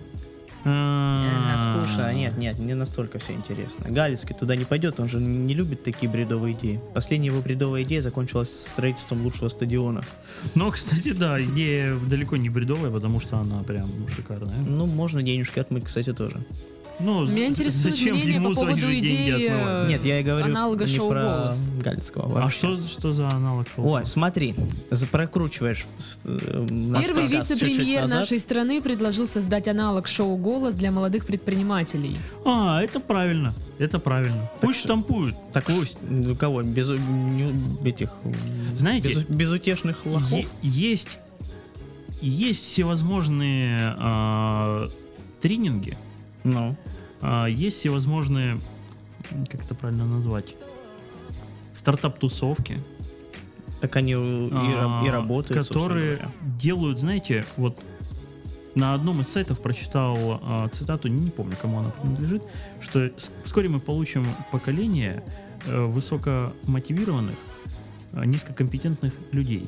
Speaker 3: Э,
Speaker 2: А,
Speaker 3: Скучно, нет, нет, не настолько все интересно. Галицкий туда не пойдет, он же не любит такие бредовые идеи. Последняя его бредовая идея закончилась строительством лучшего стадиона.
Speaker 2: Но, кстати, да, идея далеко не бредовая, потому что она прям шикарная.
Speaker 3: Ну, можно денежки отмыть, кстати, тоже.
Speaker 2: Ну, з-
Speaker 1: Меня интересует
Speaker 2: зачем
Speaker 1: мнение
Speaker 2: ему
Speaker 1: по
Speaker 2: за
Speaker 1: поводу
Speaker 2: же деньги
Speaker 1: идеи,
Speaker 2: отмывать?
Speaker 1: э,
Speaker 3: Нет, я и говорю
Speaker 1: Аналога
Speaker 3: не
Speaker 1: шоу
Speaker 3: про
Speaker 1: «Голос».
Speaker 3: Галицкого
Speaker 2: А
Speaker 3: вообще.
Speaker 2: что, что за аналог?
Speaker 3: Ой, смотри, за- прокручиваешь с- э, наш
Speaker 1: Первый
Speaker 3: подкаст чуть-чуть
Speaker 1: вице-премьер
Speaker 3: назад.
Speaker 1: нашей страны предложил создать аналог шоу «Голос» для молодых предпринимателей.
Speaker 2: А, это правильно, это правильно. Пусть
Speaker 3: что-
Speaker 2: штампуют.
Speaker 3: Так
Speaker 2: пусть.
Speaker 3: ну, кого? Без, не- этих
Speaker 2: Знаете,
Speaker 3: безу- безутешных лохов.
Speaker 2: Е- есть, есть всевозможные а, тренинги,
Speaker 3: Ну,
Speaker 2: а, есть всевозможные, м, как это правильно назвать, стартап-тусовки,
Speaker 3: так они и, раб- и
Speaker 2: а,
Speaker 3: работают. собственно
Speaker 2: которые
Speaker 3: говоря.
Speaker 2: делают, знаете, вот на одном из сайтов прочитал а, цитату, не помню, кому она принадлежит, что с- вскоре мы получим поколение э, высокомотивированных, э, низкокомпетентных людей.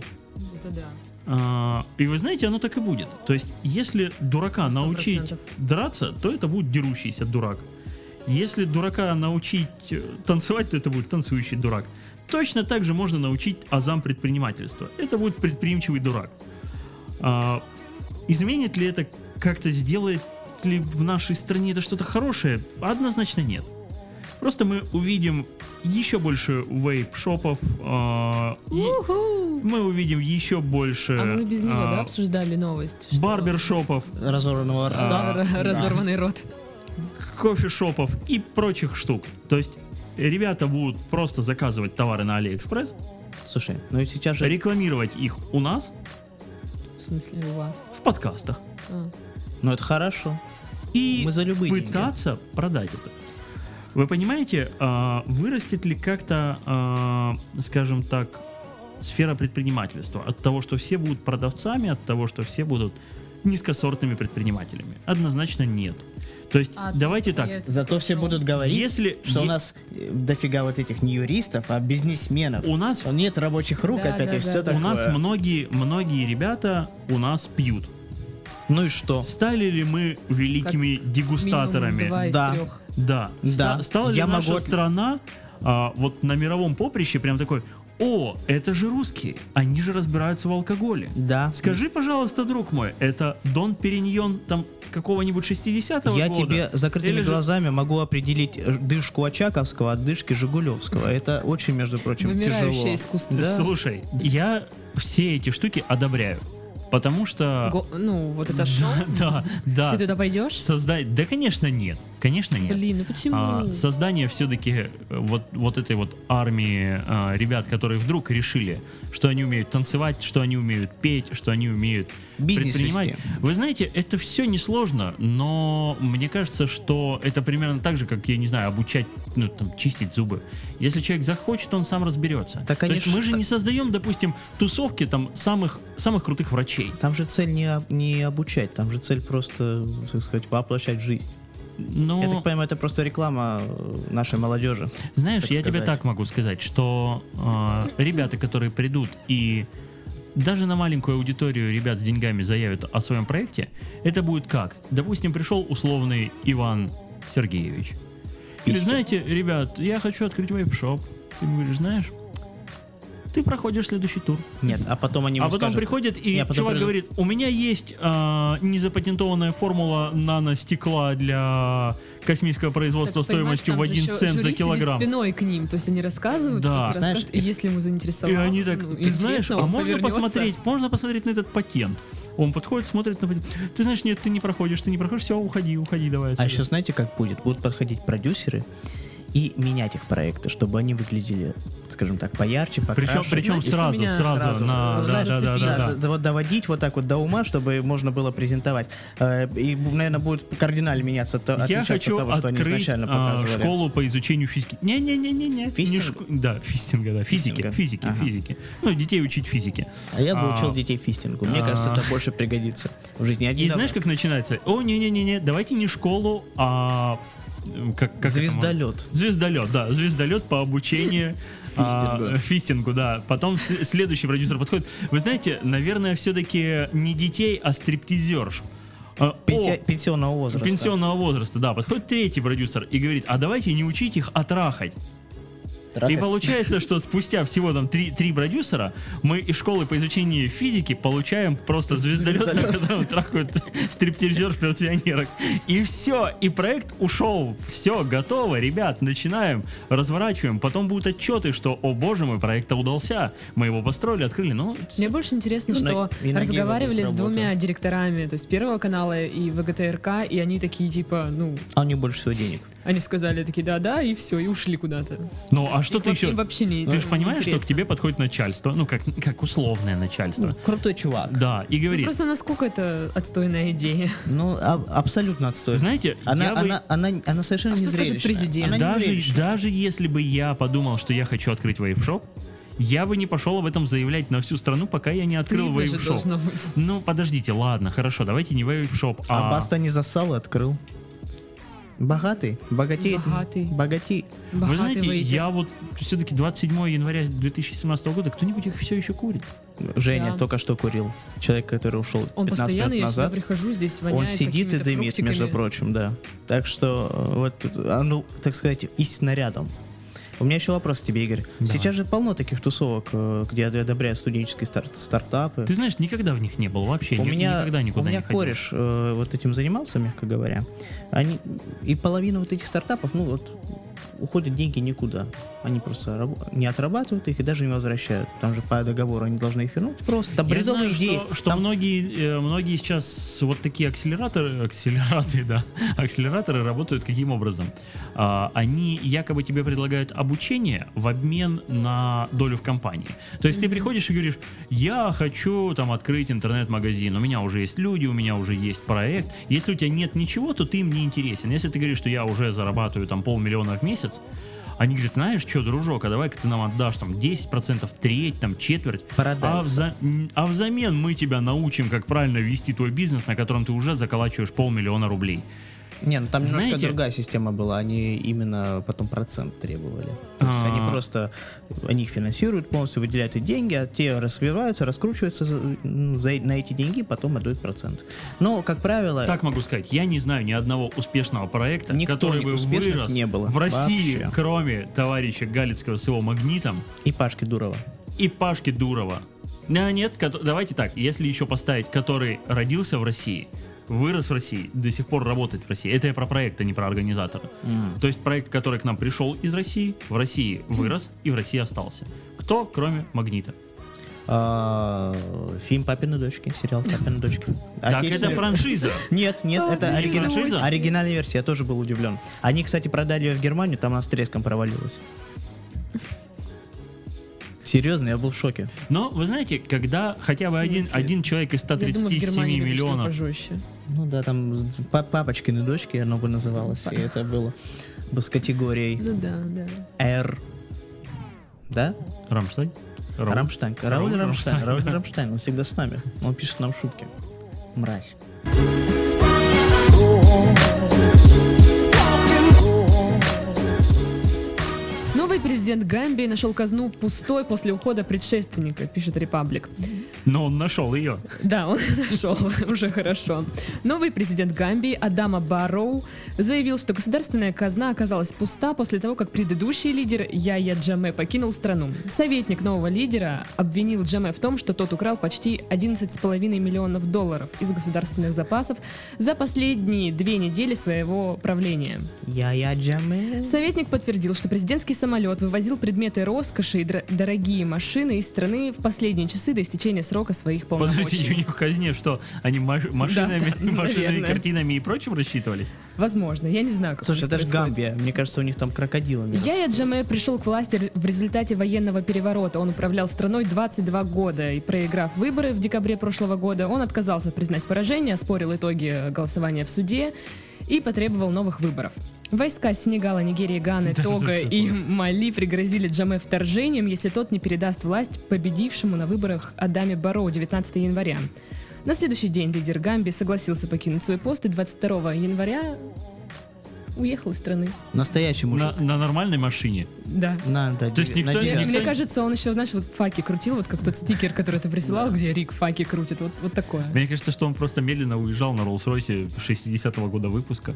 Speaker 1: Это да.
Speaker 2: А, И вы знаете, оно так и будет. То есть, если дурака
Speaker 1: Сто
Speaker 2: научить
Speaker 1: процентов.
Speaker 2: драться, то это будет дерущийся дурак. Если дурака научить э, танцевать, то это будет танцующий дурак. Точно так же можно научить азам предпринимательства. Это будет предприимчивый дурак. А, Изменит ли это как-то, сделает ли в нашей стране это что-то хорошее? Однозначно нет. Просто мы увидим еще больше вейп-шопов, а, и-
Speaker 1: Уху!
Speaker 2: мы увидим еще больше
Speaker 1: А мы без него,
Speaker 2: а,
Speaker 1: да, обсуждали новость? что-
Speaker 2: барбершопов, А.
Speaker 3: Разорванного рта.
Speaker 1: Да, р- Разорванный рот.
Speaker 2: кофешопов и прочих штук. То есть ребята будут просто заказывать товары на Алиэкспресс,
Speaker 3: Слушай, ну и сейчас же
Speaker 2: рекламировать их у нас
Speaker 1: В смысле, у вас.
Speaker 2: в подкастах
Speaker 1: А.
Speaker 3: Ну это хорошо.
Speaker 2: и
Speaker 3: Мы за любые деньги.
Speaker 2: пытаться продать это. Вы понимаете, а, вырастет ли как-то, а, скажем так, сфера предпринимательства от того, что все будут продавцами, от того, что все будут низкосортными предпринимателями? Однозначно нет. То есть
Speaker 1: А
Speaker 2: давайте так.
Speaker 1: появится
Speaker 3: Зато все
Speaker 1: шоу.
Speaker 3: будут говорить,
Speaker 2: А Если
Speaker 3: что у
Speaker 2: е-
Speaker 3: нас э, дофига вот этих не юристов, а бизнесменов.
Speaker 2: у нас
Speaker 3: Нет рабочих рук
Speaker 1: Да,
Speaker 3: опять
Speaker 1: да,
Speaker 3: и все
Speaker 1: да,
Speaker 2: у
Speaker 3: такое.
Speaker 2: нас многие многие ребята у нас пьют.
Speaker 3: Ну и что?
Speaker 2: Стали ли мы великими дегустаторами?
Speaker 1: Минимум два из
Speaker 3: Да.
Speaker 1: трех.
Speaker 2: Да.
Speaker 3: Да.
Speaker 2: Ста- Стала ли
Speaker 3: Я
Speaker 2: наша
Speaker 3: могу от-
Speaker 2: страна а, вот на мировом поприще прям такой? О, это же русские, они же разбираются в алкоголе.
Speaker 3: Да.
Speaker 2: Скажи, пожалуйста, друг мой, это Дон Периньон там какого-нибудь 60-го
Speaker 3: Я
Speaker 2: года?
Speaker 3: тебе закрытыми
Speaker 2: Или же-
Speaker 3: глазами могу определить э, дышку Очаковского от дышки Жигулевского. Это очень, между прочим,
Speaker 1: Вымирающее
Speaker 3: тяжело.
Speaker 1: искусство.
Speaker 3: Да.
Speaker 2: Слушай, я все эти штуки одобряю, потому что
Speaker 1: Го- Ну, вот это шоу.
Speaker 2: да, да,
Speaker 1: Ты туда пойдешь?
Speaker 2: создать, да, конечно нет, конечно нет.
Speaker 1: Блин, ну
Speaker 2: А,
Speaker 1: почему?
Speaker 2: создание все-таки вот, вот этой вот армии а, ребят, которые вдруг решили, что они умеют танцевать, что они умеют петь, что они умеют
Speaker 3: Бизнес
Speaker 2: предпринимать.
Speaker 3: вести.
Speaker 2: Вы знаете, это все несложно, но мне кажется, что это примерно так же, как, я не знаю, обучать, ну, там, чистить зубы. Если человек захочет, он сам разберется.
Speaker 3: Да,
Speaker 2: То есть
Speaker 3: конечно,
Speaker 2: мы же
Speaker 3: так-
Speaker 2: не создаем, допустим, тусовки там самых, самых крутых врачей.
Speaker 3: Там же цель не, об- не обучать, там же цель просто, так сказать, воплощать жизнь.
Speaker 2: Но...
Speaker 3: Я так понимаю, это просто реклама э, нашей молодежи.
Speaker 2: Знаешь,
Speaker 3: так
Speaker 2: я тебе
Speaker 3: сказать.
Speaker 2: так могу сказать, что э, ребята, которые придут и даже на маленькую аудиторию ребят с деньгами заявят о своем проекте, это будет как? Допустим, пришел условный Иван Сергеевич. Или
Speaker 3: Письки.
Speaker 2: знаете, ребят, я хочу открыть вейп-шоп. Ты ему говоришь, знаешь, ты проходишь следующий тур.
Speaker 3: Нет, а потом они
Speaker 2: а
Speaker 3: ему
Speaker 2: потом
Speaker 3: скажут,
Speaker 2: приходит и
Speaker 3: Не, а потом
Speaker 2: чувак
Speaker 3: придут-
Speaker 2: говорит, у меня есть э, незапатентованная формула наностекла для космийского производства
Speaker 1: Так, понимаешь,
Speaker 2: стоимостью
Speaker 1: там
Speaker 2: в
Speaker 1: же
Speaker 2: 1
Speaker 1: еще
Speaker 2: цент за
Speaker 1: жюри сидит
Speaker 2: килограмм.
Speaker 1: спиной к ним, то есть они рассказывают,
Speaker 2: Да.
Speaker 1: просто
Speaker 3: Знаешь,
Speaker 1: рассказывают, и если ему заинтересовало.
Speaker 2: И они так,
Speaker 1: ну,
Speaker 2: ты знаешь,
Speaker 1: интересно,
Speaker 2: а
Speaker 1: он
Speaker 2: можно
Speaker 1: повернется».
Speaker 2: посмотреть, можно посмотреть на этот патент. Он подходит, смотрит на патент. Ты знаешь, нет, ты не проходишь, ты не проходишь, все, уходи, уходи, давай.
Speaker 3: А
Speaker 2: отсюда».
Speaker 3: еще знаете, как будет? Будут подходить продюсеры и менять их проекты, чтобы они выглядели, скажем так, поярче, покраше.
Speaker 2: причем, причем
Speaker 1: Знаете,
Speaker 2: сразу,
Speaker 1: меня
Speaker 2: сразу,
Speaker 3: сразу,
Speaker 2: на,
Speaker 3: э,
Speaker 2: да,
Speaker 1: знаете,
Speaker 2: да, да,
Speaker 1: цепи.
Speaker 2: да,
Speaker 3: Да,
Speaker 2: да.
Speaker 3: да, вот доводить вот так вот до ума, чтобы можно было презентовать. Э, И, наверное, будет кардинально меняться то,
Speaker 2: Я
Speaker 3: отличаться
Speaker 2: хочу
Speaker 3: от того, что они
Speaker 2: открыть
Speaker 3: изначально
Speaker 2: а,
Speaker 3: показывали.
Speaker 2: школу по изучению физики. Не-не-не-не-не. Не
Speaker 3: Фистинга?
Speaker 2: шк- Да, фистинга, да, физики,
Speaker 3: Фистинга.
Speaker 2: физики,
Speaker 3: Ага.
Speaker 2: физики. Ну, детей учить физике.
Speaker 3: А я бы
Speaker 2: А.
Speaker 3: учил детей фистингу. Мне кажется, это больше пригодится в жизни.
Speaker 2: И знаешь, как начинается? О, не-не-не-не, давайте не школу, а... м, Как, как это
Speaker 3: Звездолет.
Speaker 2: Звездолет, да, звездолет по обучению
Speaker 3: Фистингу.
Speaker 2: а, фистингу, да. Потом с- следующий продюсер подходит. Вы знаете, наверное, все-таки не детей, а стриптизерш. А, о,
Speaker 3: Пенсия- Пенсионного возраста.
Speaker 2: пенсионного возраста, да. Подходит третий продюсер и говорит, а давайте не учить их, а трахать. И
Speaker 3: Трахать.
Speaker 2: получается, что спустя всего там три, три продюсера мы из школы по изучению физики получаем просто звездолет, на
Speaker 3: Звездолет.
Speaker 2: котором трахают стриптизеров пенсионерок. И все, и проект ушел. Все, готово, ребят, начинаем, разворачиваем. Потом будут отчеты, что, о боже мой, проект удался. Мы его построили, открыли, ну...
Speaker 1: Мне больше интересно,
Speaker 3: Ну,
Speaker 1: что
Speaker 3: на- и на
Speaker 1: разговаривали
Speaker 3: Гейле
Speaker 1: с
Speaker 3: тут
Speaker 1: двумя
Speaker 3: работаю.
Speaker 1: директорами, то есть Первого канала и ВГТРК, и они такие, типа, ну,
Speaker 3: А у него больше всего денег.
Speaker 1: они сказали такие, да-да, и все, и ушли куда-то.
Speaker 2: Ну, а что
Speaker 1: Их
Speaker 2: ты
Speaker 1: вообще-
Speaker 2: еще...
Speaker 1: им вообще не
Speaker 2: Ты же понимаешь,
Speaker 1: интересно.
Speaker 2: что к тебе подходит начальство, ну, как, как условное
Speaker 3: Ну,
Speaker 2: начальство.
Speaker 3: крутой чувак.
Speaker 2: Да, и
Speaker 1: Ну,
Speaker 2: говорит,
Speaker 1: просто насколько это отстойная идея.
Speaker 3: Ну, а- абсолютно отстой.
Speaker 2: знаете,
Speaker 3: Она,
Speaker 2: я бы-
Speaker 3: она, она, она совершенно
Speaker 1: А
Speaker 3: не
Speaker 1: что скажет
Speaker 3: зрелищная.
Speaker 1: президент?
Speaker 3: Она не
Speaker 2: даже,
Speaker 3: зрелищная.
Speaker 2: даже если бы я подумал, что я хочу открыть вейп-шоп, я бы не пошел об этом заявлять на всю страну, пока я не открыл
Speaker 1: Стыдно же
Speaker 2: вейп-шоп.
Speaker 1: должно быть.
Speaker 2: Ну, подождите, ладно, хорошо, давайте не вейп-шоп,
Speaker 3: А
Speaker 2: а...
Speaker 3: Баста не засал и открыл. Богатый, богатеет.
Speaker 1: Богатый.
Speaker 3: Богатеет.
Speaker 2: Вы
Speaker 1: Богатый
Speaker 2: знаете,
Speaker 1: выйдет.
Speaker 2: я вот все-таки 27 января 2017 года, кто-нибудь их все еще курит?
Speaker 3: Женя
Speaker 1: Да.
Speaker 3: только что курил. Человек, который ушел
Speaker 1: Он
Speaker 3: 15
Speaker 1: постоянно,
Speaker 3: минут
Speaker 1: я сюда
Speaker 3: назад.
Speaker 1: прихожу, здесь
Speaker 3: Он
Speaker 1: воняет
Speaker 3: сидит и
Speaker 1: какими-то
Speaker 3: дымит, между
Speaker 1: фруктиками.
Speaker 3: прочим, да. Так что э, вот, тут, а, ну, так сказать, истинно рядом. У меня еще вопрос к тебе, Игорь.
Speaker 2: Давай.
Speaker 3: Сейчас же полно таких тусовок, э, где одобряют студенческие старт- стартапы.
Speaker 2: Ты знаешь, никогда в них не был вообще,
Speaker 3: у
Speaker 2: ни-
Speaker 3: меня,
Speaker 2: никогда никуда
Speaker 3: у меня
Speaker 2: не ходил.
Speaker 3: кореш э, вот этим занимался, мягко говоря. Они, и половина вот этих стартапов, ну вот, уходят деньги никуда. Они просто рабо- не отрабатывают их и даже не возвращают. Там же по договору они должны их вернуть. Просто там
Speaker 2: Я
Speaker 3: бредовые
Speaker 2: знаю,
Speaker 3: идеи.
Speaker 2: Что, что
Speaker 3: Там-
Speaker 2: многие, э, многие сейчас вот такие акселераторы, акселераты, да, акселераторы работают каким образом? А, они якобы тебе предлагают обучение в обмен на долю в компании. То есть ты приходишь и говоришь, я хочу там открыть интернет-магазин, у меня уже есть люди, у меня уже есть проект. Если у тебя нет ничего, то ты им не интересен. Если ты говоришь, что я уже зарабатываю там полмиллиона в месяц, они говорят, знаешь что, дружок, а давай-ка ты нам отдашь там 10%, треть, там четверть, а,
Speaker 3: Продается.
Speaker 2: вза- м, а взамен мы тебя научим, как правильно вести твой бизнес, на котором ты уже заколачиваешь полмиллиона рублей.
Speaker 3: Не, ну там немножко
Speaker 2: Знаете-
Speaker 3: другая система была. Они именно потом процент требовали. То есть
Speaker 2: А.
Speaker 3: они просто они их финансируют полностью, выделяют и деньги, а те развиваются, раскручиваются за- ну, за- на эти деньги, потом отдают процент. Но, как правило,
Speaker 2: Так могу сказать, я не знаю ни одного успешного проекта,
Speaker 3: Никто
Speaker 2: который
Speaker 3: не-
Speaker 2: бы
Speaker 3: успешных
Speaker 2: вырос
Speaker 3: не было.
Speaker 2: в России,
Speaker 3: Вообще.
Speaker 2: кроме товарища Галицкого с его магнитом
Speaker 3: и Пашки Дурова.
Speaker 2: и Пашки Дурова. Да нет, кото- давайте так, если еще поставить, который родился в России, вырос в России, до сих пор работает в России. Это я про проект, а не про организатора. То есть проект, который к нам пришел из России, в России вырос и в России остался. Кто, кроме Магнита?
Speaker 3: А, Фильм «Папины дочки», сериал «Папины дочки».
Speaker 2: Так, это
Speaker 3: Отличный.
Speaker 2: франшиза.
Speaker 3: Нет, нет, это
Speaker 1: Папины
Speaker 3: оригинал-
Speaker 2: дочки.
Speaker 3: оригинальная версия, я тоже был удивлен. Они, кстати, продали ее в Германию, там она с треском провалилась. Серьезно, я был в шоке.
Speaker 2: Но вы знаете, когда хотя бы
Speaker 1: В
Speaker 2: один,
Speaker 1: смысле?
Speaker 2: один человек из
Speaker 1: Я думаю, в
Speaker 2: 137
Speaker 1: Германии это что-то
Speaker 2: миллионов.
Speaker 1: пожестче.
Speaker 3: Ну да, там па- папочкины дочки оно бы называлось, и это было бы с категорией
Speaker 1: Ну да, да.
Speaker 3: R. Да?
Speaker 2: Рамштайн? Рау-
Speaker 3: Рамштайн. Рауль Рамштайн. Рауль Рамштайн, он всегда с нами. Он пишет нам шутки. Мразь.
Speaker 1: Новый президент Гамбии нашел казну пустой после ухода предшественника, пишет Репаблик.
Speaker 2: Но он нашел ее.
Speaker 1: Да, он нашел, уже хорошо. Новый президент Гамбии Адама Барроу заявил, что государственная казна оказалась пуста после того, как предыдущий лидер Яя Джаме покинул страну. Советник нового лидера обвинил Джаме в том, что тот украл почти 11,5 миллионов долларов из государственных запасов за последние две недели своего правления.
Speaker 3: Я-я Джаме.
Speaker 1: Советник подтвердил, что президентский самолет вывозил предметы роскоши и дро- дорогие машины из страны в последние часы до истечения срока своих полномочий.
Speaker 2: Подождите, у них в казне что? Они маш- машинами,
Speaker 1: да,
Speaker 2: машинами
Speaker 1: наверное.
Speaker 2: картинами и прочим рассчитывались?
Speaker 1: Возможно, я не знаю, как
Speaker 3: Слушай,
Speaker 1: у них
Speaker 3: это же
Speaker 1: происходит.
Speaker 3: Гамбия. Мне кажется, у них там крокодилами.
Speaker 1: Яя Джаме пришел к власти р- в результате военного переворота. Он управлял страной 22 года и, проиграв выборы в декабре прошлого года, он отказался признать поражение, оспорил итоги голосования в суде и потребовал новых выборов. Войска Сенегала, Нигерии, Ганы,
Speaker 2: Да,
Speaker 1: Тога
Speaker 2: что
Speaker 1: и
Speaker 2: такое?
Speaker 1: Мали пригрозили Джаме вторжением, если тот не передаст власть победившему на выборах Адаме Бароу 19 января. На следующий день лидер Гамби согласился покинуть свой пост и 22 января уехал из страны.
Speaker 3: Настоящий мужик.
Speaker 2: На, на нормальной машине.
Speaker 1: Да.
Speaker 3: Надо.
Speaker 2: То есть
Speaker 3: девя-
Speaker 2: никто-
Speaker 1: Мне,
Speaker 3: на
Speaker 2: Понятно.
Speaker 3: девятку.
Speaker 1: мне кажется, он еще, знаешь, вот факи крутил, вот как тот стикер, который ты присылал, где Рик факи крутит, вот, вот такое.
Speaker 2: Мне кажется, что он просто медленно уезжал на Роллс-Ройсе 60-го года выпуска.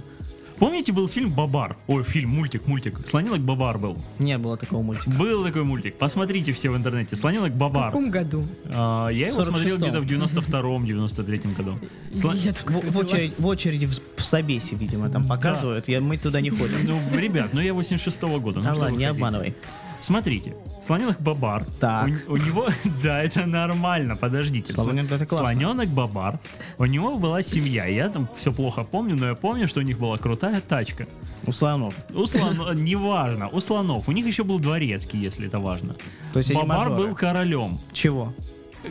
Speaker 2: Помните, был фильм Бабар? Ой, фильм, мультик, мультик. Слоненок Бабар был.
Speaker 3: Не было такого мультика.
Speaker 2: Был такой мультик. Посмотрите все в интернете. Слоненок
Speaker 1: В
Speaker 2: Бабар.
Speaker 1: каком году?
Speaker 2: А, я его смотрел где-то
Speaker 3: 46-м.
Speaker 2: в 92-м, 93-м году. Слон-
Speaker 1: Я
Speaker 3: В,
Speaker 1: только
Speaker 3: в очередь,
Speaker 1: родилась.
Speaker 3: в очереди в, с- в собесе, видимо, там показывают. Я, мы туда не ходим.
Speaker 2: Ну, ребят, ну я 86-го года. ну
Speaker 3: Да
Speaker 2: что
Speaker 3: ладно,
Speaker 2: вы
Speaker 3: не
Speaker 2: хотите?
Speaker 3: обманывай.
Speaker 2: Смотрите, слоненок Бабар.
Speaker 3: Так.
Speaker 2: У, у него, да, это нормально, подождите.
Speaker 3: Слоненок, это классно.
Speaker 2: Слоненок Бабар. У него была семья. Я там все плохо помню, но я помню, что у них была крутая тачка.
Speaker 3: У слонов.
Speaker 2: У слонов, неважно, у слонов. У них еще был дворецкий, если это важно.
Speaker 3: То есть они
Speaker 2: Бабар
Speaker 3: мажоры.
Speaker 2: был королем.
Speaker 3: Чего?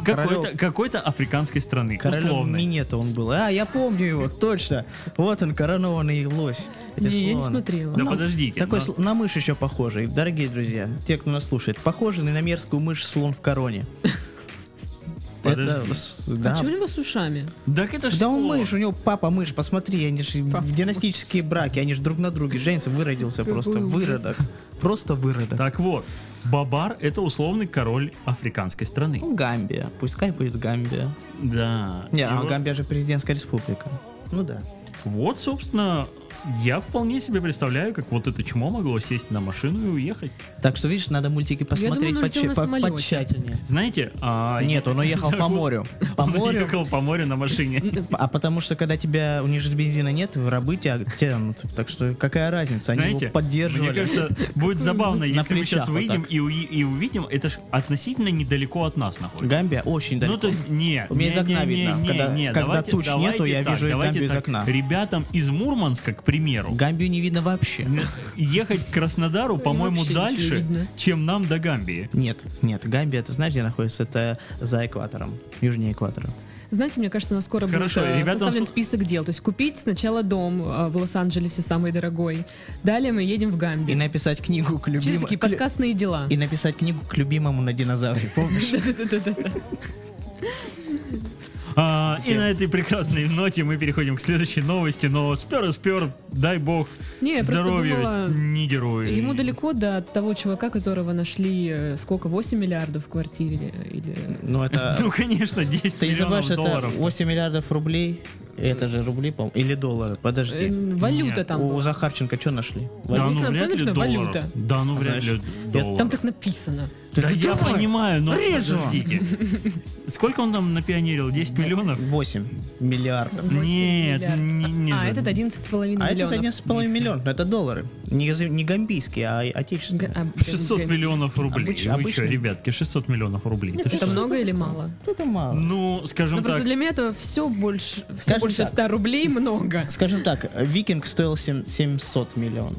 Speaker 2: Какой-то, какой-то африканской страны,
Speaker 3: Королем
Speaker 2: условной.
Speaker 3: Минета он был. А, я помню его, точно. Вот он, коронованный лось. Или
Speaker 1: Не, я не
Speaker 3: слон.
Speaker 1: смотрела.
Speaker 2: Да
Speaker 3: Ну,
Speaker 2: подождите.
Speaker 3: Такой
Speaker 2: но-
Speaker 3: сл- на мышь еще похожий. Дорогие друзья, те, кто нас слушает, похожий на мерзкую мышь слон в короне. Это,
Speaker 2: Подожди.
Speaker 3: с-
Speaker 1: А
Speaker 3: да.
Speaker 1: что у него с ушами?
Speaker 2: Так это ж
Speaker 3: Да он
Speaker 2: слон.
Speaker 3: мышь, у него папа мышь, посмотри, они же
Speaker 1: Папа.
Speaker 3: в династические браки, они же друг на друге женятся, выродился
Speaker 1: Какой
Speaker 3: просто,
Speaker 1: ужас.
Speaker 3: выродок. Просто выродок.
Speaker 2: Так вот, Бабар это условный король африканской страны.
Speaker 3: Ну, Гамбия, пускай будет Гамбия.
Speaker 2: Да.
Speaker 3: Не,
Speaker 2: И
Speaker 3: а
Speaker 2: Ну вот-
Speaker 3: Гамбия же президентская республика. Ну да.
Speaker 2: Вот, собственно, я вполне себе представляю, как вот это чмо могло сесть на машину и уехать.
Speaker 3: Так что, видишь, надо мультики посмотреть
Speaker 1: думала, он летел
Speaker 3: поча-
Speaker 1: на
Speaker 3: по-
Speaker 1: самолете.
Speaker 3: потщательнее.
Speaker 2: Знаете, а,
Speaker 3: Нет, он уехал по морю. По
Speaker 2: он
Speaker 3: морю.
Speaker 2: ехал по морю на машине.
Speaker 3: А потому что, когда тебя, у них же бензина нет, в рабы тебя тянут. Так что какая разница, они
Speaker 2: Знаете,
Speaker 3: его поддерживали.
Speaker 2: мне кажется, будет забавно,
Speaker 3: На
Speaker 2: если мы
Speaker 3: плечах
Speaker 2: сейчас
Speaker 3: вот
Speaker 2: выйдем
Speaker 3: так.
Speaker 2: и, уи- и увидим, это ж относительно недалеко от нас находится.
Speaker 3: Гамбия очень далеко.
Speaker 2: Ну, то есть, не,
Speaker 3: У меня
Speaker 2: не,
Speaker 3: из
Speaker 2: не,
Speaker 3: окна
Speaker 2: не,
Speaker 3: видно.
Speaker 2: не,
Speaker 3: Когда-
Speaker 2: не,
Speaker 3: когда
Speaker 2: давайте-
Speaker 3: туч
Speaker 2: давайте
Speaker 3: нету, я
Speaker 2: так,
Speaker 3: вижу
Speaker 2: давайте
Speaker 3: Гамбию из
Speaker 2: так.
Speaker 3: окна.
Speaker 2: Ребятам из Мурманска, к примеру,
Speaker 3: Гамбию не видно вообще.
Speaker 2: ехать к Краснодару, по-моему,
Speaker 1: вообще ничего не
Speaker 2: дальше,
Speaker 1: видно.
Speaker 2: чем нам до Гамбии.
Speaker 3: Нет, нет, Гамбия, ты знаешь, где находится? Это за экватором, южнее экватора.
Speaker 1: Знаете, мне кажется, у нас скоро
Speaker 2: Хорошо,
Speaker 1: будет э,
Speaker 2: ребята,
Speaker 1: составлен
Speaker 2: сл-
Speaker 1: список дел. То есть купить сначала дом э, в Лос-Анджелесе самый дорогой. Далее мы едем в
Speaker 3: И
Speaker 1: Гамби.
Speaker 3: написать книгу к
Speaker 1: Чисто такие
Speaker 3: любимому...
Speaker 1: подкастные дела.
Speaker 3: И написать книгу к любимому на динозавре, помнишь?
Speaker 2: А, и на этой прекрасной ноте мы переходим к следующей новости, но спер и спер, дай бог,
Speaker 1: Не, я просто
Speaker 2: здоровья
Speaker 1: думала,
Speaker 2: нигеру.
Speaker 1: Ему далеко до того чувака, которого нашли э, сколько, 8 миллиардов в квартире или... э,
Speaker 3: Ну это...
Speaker 2: Ну, конечно, 10
Speaker 3: Ты не
Speaker 2: миллионов
Speaker 3: забываешь, это
Speaker 2: долларов.
Speaker 3: 8 миллиардов рублей. Это же рубли, по-моему, или доллары,
Speaker 1: э,
Speaker 3: подожди.
Speaker 1: Валюта
Speaker 2: Нет,
Speaker 1: там
Speaker 3: У
Speaker 1: была.
Speaker 3: Захарченко что нашли?
Speaker 2: Да ну
Speaker 1: Написано,
Speaker 2: вряд ли
Speaker 1: написано
Speaker 2: долларов.
Speaker 1: валюта.
Speaker 2: Да ну вряд ли
Speaker 3: Знаешь,
Speaker 2: долларов.
Speaker 1: Там так написано.
Speaker 2: Да я понимаю, но
Speaker 3: Режу.
Speaker 2: подождите. Сколько он там напионерил? 10 миллионов?
Speaker 3: 8 миллиардов.
Speaker 1: Восемь
Speaker 2: Нет,
Speaker 1: миллиардов.
Speaker 2: не- не
Speaker 1: А,
Speaker 2: же.
Speaker 1: этот 11,5
Speaker 3: А это
Speaker 1: миллионов.
Speaker 3: 1,5 миллион, это доллары. Не, за- не гамбийские, а
Speaker 1: Г-
Speaker 3: отечественные.
Speaker 1: а, блин,
Speaker 2: 600
Speaker 1: г-
Speaker 2: миллионов рублей.
Speaker 3: Обычно-
Speaker 2: Вы чё,
Speaker 3: обычно.
Speaker 2: ребятки, 600 миллионов рублей. Ты
Speaker 1: Ну, Это
Speaker 2: что?
Speaker 1: много или мало?
Speaker 3: Это мало.
Speaker 2: Ну,
Speaker 1: Ну,
Speaker 2: скажем
Speaker 1: просто
Speaker 2: так,
Speaker 1: для меня это все больше, все
Speaker 3: Скажем
Speaker 1: больше
Speaker 3: так.
Speaker 1: 100 рублей много.
Speaker 3: Скажем так, э, «Викинг» стоил сем- 700 миллионов.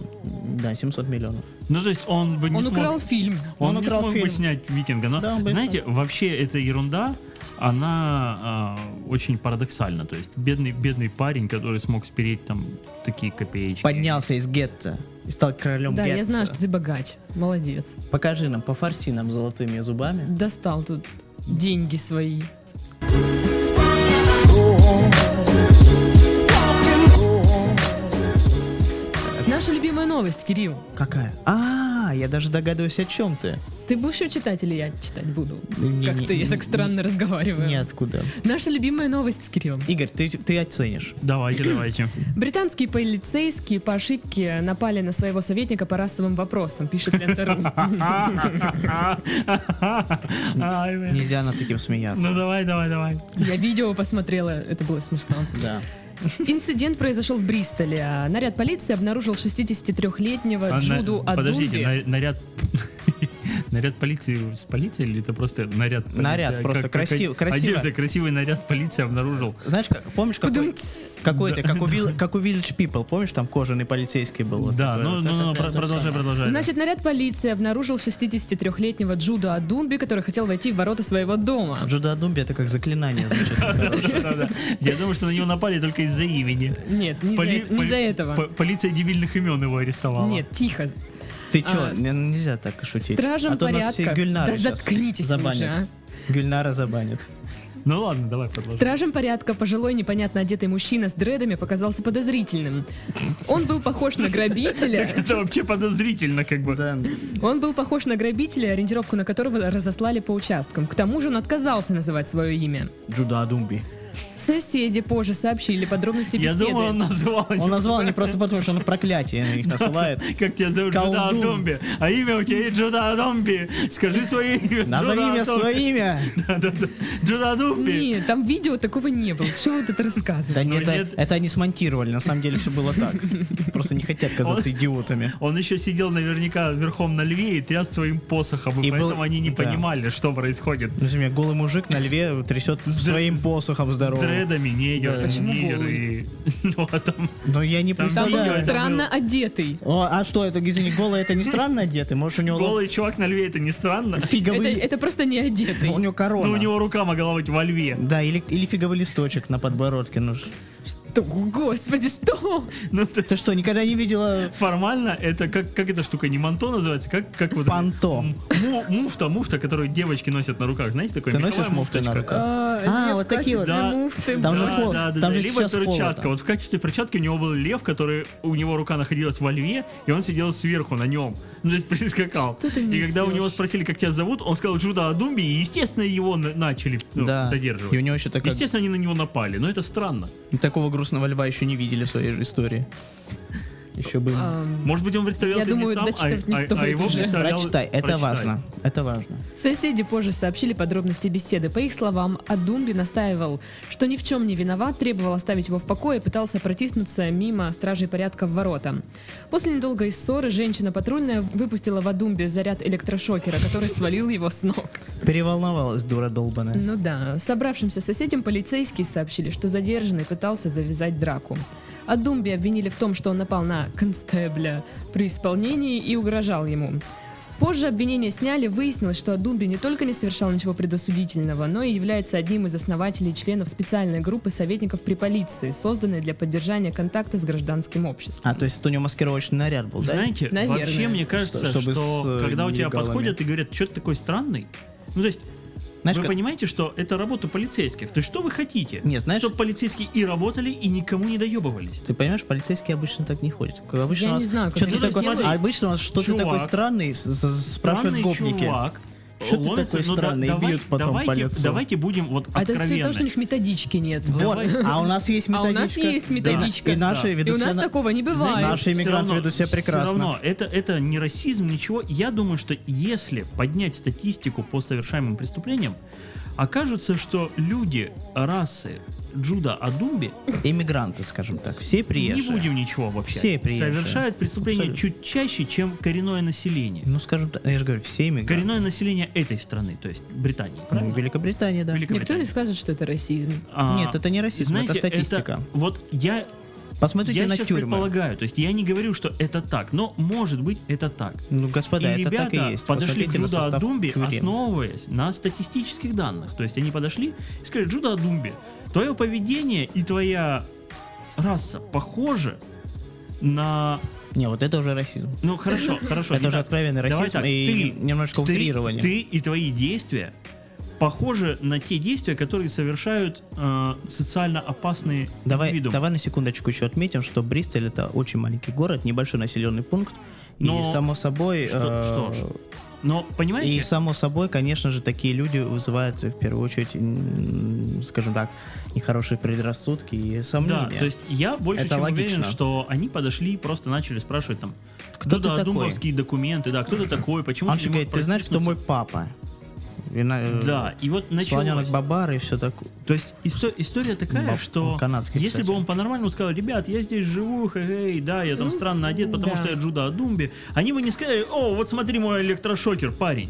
Speaker 3: Да, 700 миллионов.
Speaker 2: ну то есть он бы не
Speaker 1: Он
Speaker 2: смог...
Speaker 1: украл фильм.
Speaker 2: Он, не
Speaker 3: Он украл
Speaker 2: смог бы
Speaker 3: фильм.
Speaker 2: снять Викинга, но
Speaker 3: Да, он бы
Speaker 2: знаете, вообще эта ерунда, она а, очень парадоксальна. То есть бедный бедный парень, который смог спереть там такие копеечки.
Speaker 3: Поднялся из гетто и стал королем
Speaker 1: Да, я
Speaker 3: гетто.
Speaker 1: знаю, что ты богач. Молодец.
Speaker 3: Покажи нам, пофорси нам золотыми зубами.
Speaker 1: Достал тут деньги свои. Наша любимая новость, Кирилл.
Speaker 3: Какая? А, я даже догадываюсь, о чем ты.
Speaker 1: Ты будешь ее читать или я читать буду?
Speaker 3: Ну, Не-
Speaker 1: как
Speaker 3: не-
Speaker 1: ты? Я так странно разговариваю.
Speaker 3: Ниоткуда.
Speaker 1: Наша любимая новость с Кириллом.
Speaker 3: Игорь, ты, ты оценишь.
Speaker 2: Давайте, давайте.
Speaker 1: Британские полицейские по ошибке напали на своего советника по расовым вопросам, пишет Лента.ру.
Speaker 2: Ай, блин.
Speaker 3: Нельзя над таким
Speaker 2: Ну
Speaker 3: смеяться.
Speaker 2: давай, давай, давай.
Speaker 1: Я видео посмотрела, это было смешно.
Speaker 3: Да.
Speaker 1: Инцидент произошел в Бристоле. А Наряд полиции обнаружил 63-летнего
Speaker 2: А, на-
Speaker 1: Джуду
Speaker 2: Подождите,
Speaker 1: Адуби.
Speaker 2: на- наряд. Наряд полиции с полицией или это просто наряд? полиции?
Speaker 3: Наряд,
Speaker 2: Как-
Speaker 3: просто
Speaker 2: как
Speaker 3: красив- красиво.
Speaker 2: Одежда, красивый наряд полиции обнаружил.
Speaker 3: Знаешь, как, помнишь, какой,
Speaker 1: Подумц.
Speaker 3: какой ты, как у, Вил- как у Village People, помнишь, там кожаный полицейский был? Вот
Speaker 2: Да,
Speaker 3: это-
Speaker 2: ну,
Speaker 3: вот
Speaker 2: ну,
Speaker 3: это-
Speaker 2: ну,
Speaker 3: это
Speaker 2: про-
Speaker 3: то
Speaker 2: продолжай,
Speaker 3: самое.
Speaker 2: продолжай.
Speaker 1: Значит, наряд полиции обнаружил 63-летнего Джуда Адумби, который хотел войти в ворота своего дома.
Speaker 3: Джуда Думби это как заклинание звучит.
Speaker 2: Да-да-да. Я думаю, что на него напали только из-за имени.
Speaker 1: Нет, не,
Speaker 2: Поли-
Speaker 1: за, это- не
Speaker 2: поли-
Speaker 1: за этого.
Speaker 2: по- Полиция дебильных имен его арестовала.
Speaker 1: Нет, тихо.
Speaker 3: Ты чё,
Speaker 1: А,
Speaker 3: н- нельзя так шутить.
Speaker 1: Стражам
Speaker 3: а то нас
Speaker 1: порядка.
Speaker 3: все Гюльнары
Speaker 1: да
Speaker 3: сейчас
Speaker 1: заткнитесь вы уже,
Speaker 3: забанят.
Speaker 1: а.
Speaker 3: Гюльнара забанит.
Speaker 2: Ну ладно, давай продолжим.
Speaker 1: Стражем порядка пожилой непонятно одетый мужчина с дредами показался подозрительным. Он был похож на грабителя.
Speaker 2: Это вообще подозрительно, как бы.
Speaker 3: Да,
Speaker 1: Он был похож на грабителя, ориентировку на которого разослали по участкам. К тому же он отказался называть свое имя.
Speaker 3: Джуда Думби.
Speaker 1: Соседи позже сообщили подробности
Speaker 2: Я
Speaker 1: беседы.
Speaker 2: думаю, он назвал
Speaker 3: Он
Speaker 2: этих-
Speaker 3: назвал не просто потому, что он проклятие на них насылает.
Speaker 2: Как тебя зовут Джуда
Speaker 3: Колдун.
Speaker 2: Адомби? А имя у тебя есть Джуда Адомби. Скажи свое имя.
Speaker 3: Назови
Speaker 2: Джуда
Speaker 3: мне
Speaker 2: Адомби.
Speaker 3: свое имя.
Speaker 2: Да-да-да. Джуда Адомби.
Speaker 1: Нет, там видео такого не было. Чего вы тут
Speaker 3: Да
Speaker 1: рассказываете?
Speaker 3: нет, это,
Speaker 2: Ну нет.
Speaker 3: это они смонтировали, на самом деле все было так. Просто не хотят казаться идиотами.
Speaker 2: Он еще сидел наверняка верхом на льве и тряс своим посохом, и,
Speaker 3: И был-
Speaker 2: поэтому они не
Speaker 3: да.
Speaker 2: понимали, что происходит.
Speaker 3: Ну, смотри, голый мужик на льве трясет
Speaker 2: С
Speaker 3: своим посохом
Speaker 2: С
Speaker 3: здоровым.
Speaker 2: дредами не
Speaker 3: Да.
Speaker 2: идет
Speaker 1: Почему
Speaker 2: и... Ну, а там...
Speaker 3: Но я не
Speaker 2: Там
Speaker 1: Там
Speaker 2: видео
Speaker 1: был
Speaker 2: это
Speaker 3: представляю.
Speaker 1: странно одетый.
Speaker 3: О, а что, это, извини, голый, это не странно одетый? Может, у него лоб-
Speaker 2: Голый чувак на льве, это не странно?
Speaker 1: Это,
Speaker 3: фиговый...
Speaker 1: это просто не одетый.
Speaker 3: У него корона.
Speaker 2: Ну, у него рука могла быть во льве.
Speaker 3: Да, или, или фиговый листочек на подбородке. Ну, ж.
Speaker 1: Что, господи, что?
Speaker 2: Ну, ты-
Speaker 3: ты что, никогда не видела
Speaker 2: Формально это как, как эта штука не манто называется, как как вот это-
Speaker 3: Панто.
Speaker 2: М- му- муфта, муфта, которую девочки носят на руках, знаете такой?
Speaker 3: Ты
Speaker 2: меховая
Speaker 3: носишь муфты на
Speaker 2: муфточка?
Speaker 3: руках?
Speaker 1: А,
Speaker 3: А, вот такие вот.
Speaker 2: Да.
Speaker 1: муфты.
Speaker 3: Там же
Speaker 1: боже.
Speaker 3: пол-
Speaker 2: да, да, да.
Speaker 3: там же
Speaker 2: Либо
Speaker 3: сейчас
Speaker 2: перчатка.
Speaker 3: холодно.
Speaker 2: Вот в качестве перчатки у него был лев, который у него рука находилась во льве, и он сидел сверху на нем. Ну, то есть прискакал.
Speaker 1: Что ты
Speaker 2: и когда у
Speaker 1: несешь?
Speaker 2: него спросили, как тебя зовут, он сказал Джуда Адумби, и, естественно, его на- начали ну,
Speaker 3: да.
Speaker 2: задерживать.
Speaker 3: И у него еще такая-
Speaker 2: Естественно, они на него напали, но это странно.
Speaker 3: такого грустного льва еще не видели в своей истории. Еще бы. им-
Speaker 1: Ам,
Speaker 2: Может быть, он представлялся
Speaker 1: Я думаю,
Speaker 2: не сам, а,
Speaker 1: дочитывать не
Speaker 2: а- а
Speaker 1: стоит
Speaker 2: его
Speaker 1: уже.
Speaker 2: представлял...
Speaker 3: Прочитай, это
Speaker 2: Прочитай.
Speaker 3: важно. Это важно.
Speaker 1: Соседи позже сообщили подробности беседы. По их словам, Адумби настаивал, что ни в чем не виноват, требовал оставить его в покое и пытался протиснуться мимо стражей порядка в ворота. После недолгой ссоры женщина-патрульная выпустила в Адумби заряд электрошокера, который свалил его с ног.
Speaker 3: Переволновалась, дура долбаная.
Speaker 1: Ну да. Собравшимся соседям полицейские сообщили, что задержанный пытался завязать драку. Адумби обвинили в том, что он напал на констебля при исполнении и угрожал ему. Позже обвинение сняли, выяснилось, что Адумби не только не совершал ничего предосудительного, но и является одним из основателей и членов специальной группы советников при полиции, созданной для поддержания контакта с гражданским обществом.
Speaker 3: А, то есть это у него маскировочный наряд был, да?
Speaker 2: Знаете,
Speaker 1: Наверное.
Speaker 2: вообще мне кажется,
Speaker 3: Чтобы
Speaker 2: что
Speaker 3: с, э,
Speaker 2: когда у тебя
Speaker 3: нелегалами.
Speaker 2: подходят и говорят, что ты такой странный, ну то есть
Speaker 3: Знаешь,
Speaker 2: вы
Speaker 3: как-
Speaker 2: понимаете, что это работа полицейских. То есть что вы хотите?
Speaker 3: Не, знаешь-
Speaker 2: Чтобы полицейские и работали, и никому не доебывались.
Speaker 3: Ты понимаешь, полицейские обычно так не ходят. Как Обычно
Speaker 1: Я
Speaker 3: у нас
Speaker 1: не знаю, как
Speaker 3: что
Speaker 1: они
Speaker 3: ты
Speaker 2: это
Speaker 3: такой,
Speaker 2: делают.
Speaker 3: а обычно у нас что
Speaker 2: Чувак.
Speaker 3: ты такой странный, с- с- спрашивают
Speaker 2: Странный
Speaker 3: гопники.
Speaker 2: чувак.
Speaker 3: Чё ты
Speaker 2: ломится,
Speaker 3: такой
Speaker 2: ну да-
Speaker 3: странный? И
Speaker 2: давай-
Speaker 3: бьют потом
Speaker 2: давайте,
Speaker 3: по лицу.
Speaker 2: Давайте будем вот
Speaker 1: А это все из-за того, что у
Speaker 2: откровенны.
Speaker 1: них методички нет.
Speaker 3: Вот, а у нас есть
Speaker 1: А у
Speaker 3: методичка.
Speaker 1: нас есть
Speaker 3: Да.
Speaker 1: методичка.
Speaker 3: И наши
Speaker 2: Да.
Speaker 1: И
Speaker 3: ведут
Speaker 1: у
Speaker 3: себя
Speaker 1: нас
Speaker 3: на-
Speaker 1: такого не бывает.
Speaker 3: Знаете, Наши
Speaker 2: Всё
Speaker 3: иммигранты
Speaker 2: равно-
Speaker 3: ведут себя
Speaker 2: всё
Speaker 3: прекрасно.
Speaker 2: равно, это, это не расизм, ничего. Я думаю, что если поднять статистику по совершаемым преступлениям, окажется, что люди расы Джуда Адумби
Speaker 3: Иммигранты, скажем так. Все приезжие.
Speaker 2: не будем ничего вообще.
Speaker 3: Все приезжие.
Speaker 2: Совершают преступления
Speaker 3: Абсолютно.
Speaker 2: чуть чаще, чем коренное население.
Speaker 3: Ну, скажем так, я же говорю, все иммигранты.
Speaker 2: Коренное население этой страны, то есть Британии,
Speaker 3: Ну,
Speaker 2: правильно?
Speaker 3: Великобритания, да.
Speaker 1: Никто
Speaker 2: Великобритания.
Speaker 1: не скажет, что это расизм.
Speaker 2: А,
Speaker 3: Нет, это не расизм,
Speaker 2: знаете,
Speaker 3: это статистика.
Speaker 2: вот я,
Speaker 3: Посмотрите
Speaker 2: я
Speaker 3: на
Speaker 2: сейчас
Speaker 3: тюрьмы.
Speaker 2: предполагаю, то есть я не говорю, что это так, но может быть это так.
Speaker 3: Ну, господа,
Speaker 2: и
Speaker 3: это
Speaker 2: ребята
Speaker 3: так и есть.
Speaker 2: подошли к
Speaker 3: Посмотрите на
Speaker 2: Джуда
Speaker 3: состав
Speaker 2: Адумби,
Speaker 3: тюрем.
Speaker 2: основываясь на статистических данных. То есть они подошли и сказали, Джуда Адумби, твое поведение и твоя раса похожи на...
Speaker 3: Не, вот это уже расизм.
Speaker 2: Ну хорошо, хорошо.
Speaker 3: Это
Speaker 2: не
Speaker 3: уже
Speaker 2: так.
Speaker 3: откровенный
Speaker 2: Давай
Speaker 3: расизм
Speaker 2: так,
Speaker 3: и немножко
Speaker 2: ты-
Speaker 3: утрирование.
Speaker 2: Ты и твои действия похожи на те действия, которые совершают э, социально опасные
Speaker 3: Давай,
Speaker 2: индивидуумы.
Speaker 3: давай на секундочку еще отметим, что Бристоль это очень маленький город, небольшой населенный пункт.
Speaker 2: Но
Speaker 3: и само собой.
Speaker 2: что-
Speaker 3: э,
Speaker 2: что ж, Но понимаете,
Speaker 3: И само собой, конечно же, такие люди вызывают в первую очередь, м, скажем так, нехорошие предрассудки и сомнения.
Speaker 2: да, то есть я больше
Speaker 3: Это
Speaker 2: чем уверен,
Speaker 3: логично.
Speaker 2: что они подошли и просто начали спрашивать там, да,
Speaker 3: Кто ты такой?
Speaker 2: думовские документы, да, кто ты такой, почему
Speaker 3: Он
Speaker 2: не
Speaker 3: еще
Speaker 2: мог
Speaker 3: говорит, ты знаешь, кто мой
Speaker 2: протиснуться?»
Speaker 3: папа? Вина, э,
Speaker 2: Да, и вот началось.
Speaker 3: слоненок Бабар и все такое.
Speaker 2: То есть исто- история такая,
Speaker 3: Баб-
Speaker 2: что
Speaker 3: канадский,
Speaker 2: если бы
Speaker 3: кстати.
Speaker 2: он по-нормальному сказал, ребят, я здесь живу, хе да, я там
Speaker 1: Ну,
Speaker 2: странно одет, потому
Speaker 1: да.
Speaker 2: что я Джуда Адумби, они бы не сказали, о, вот смотри мой электрошокер, парень.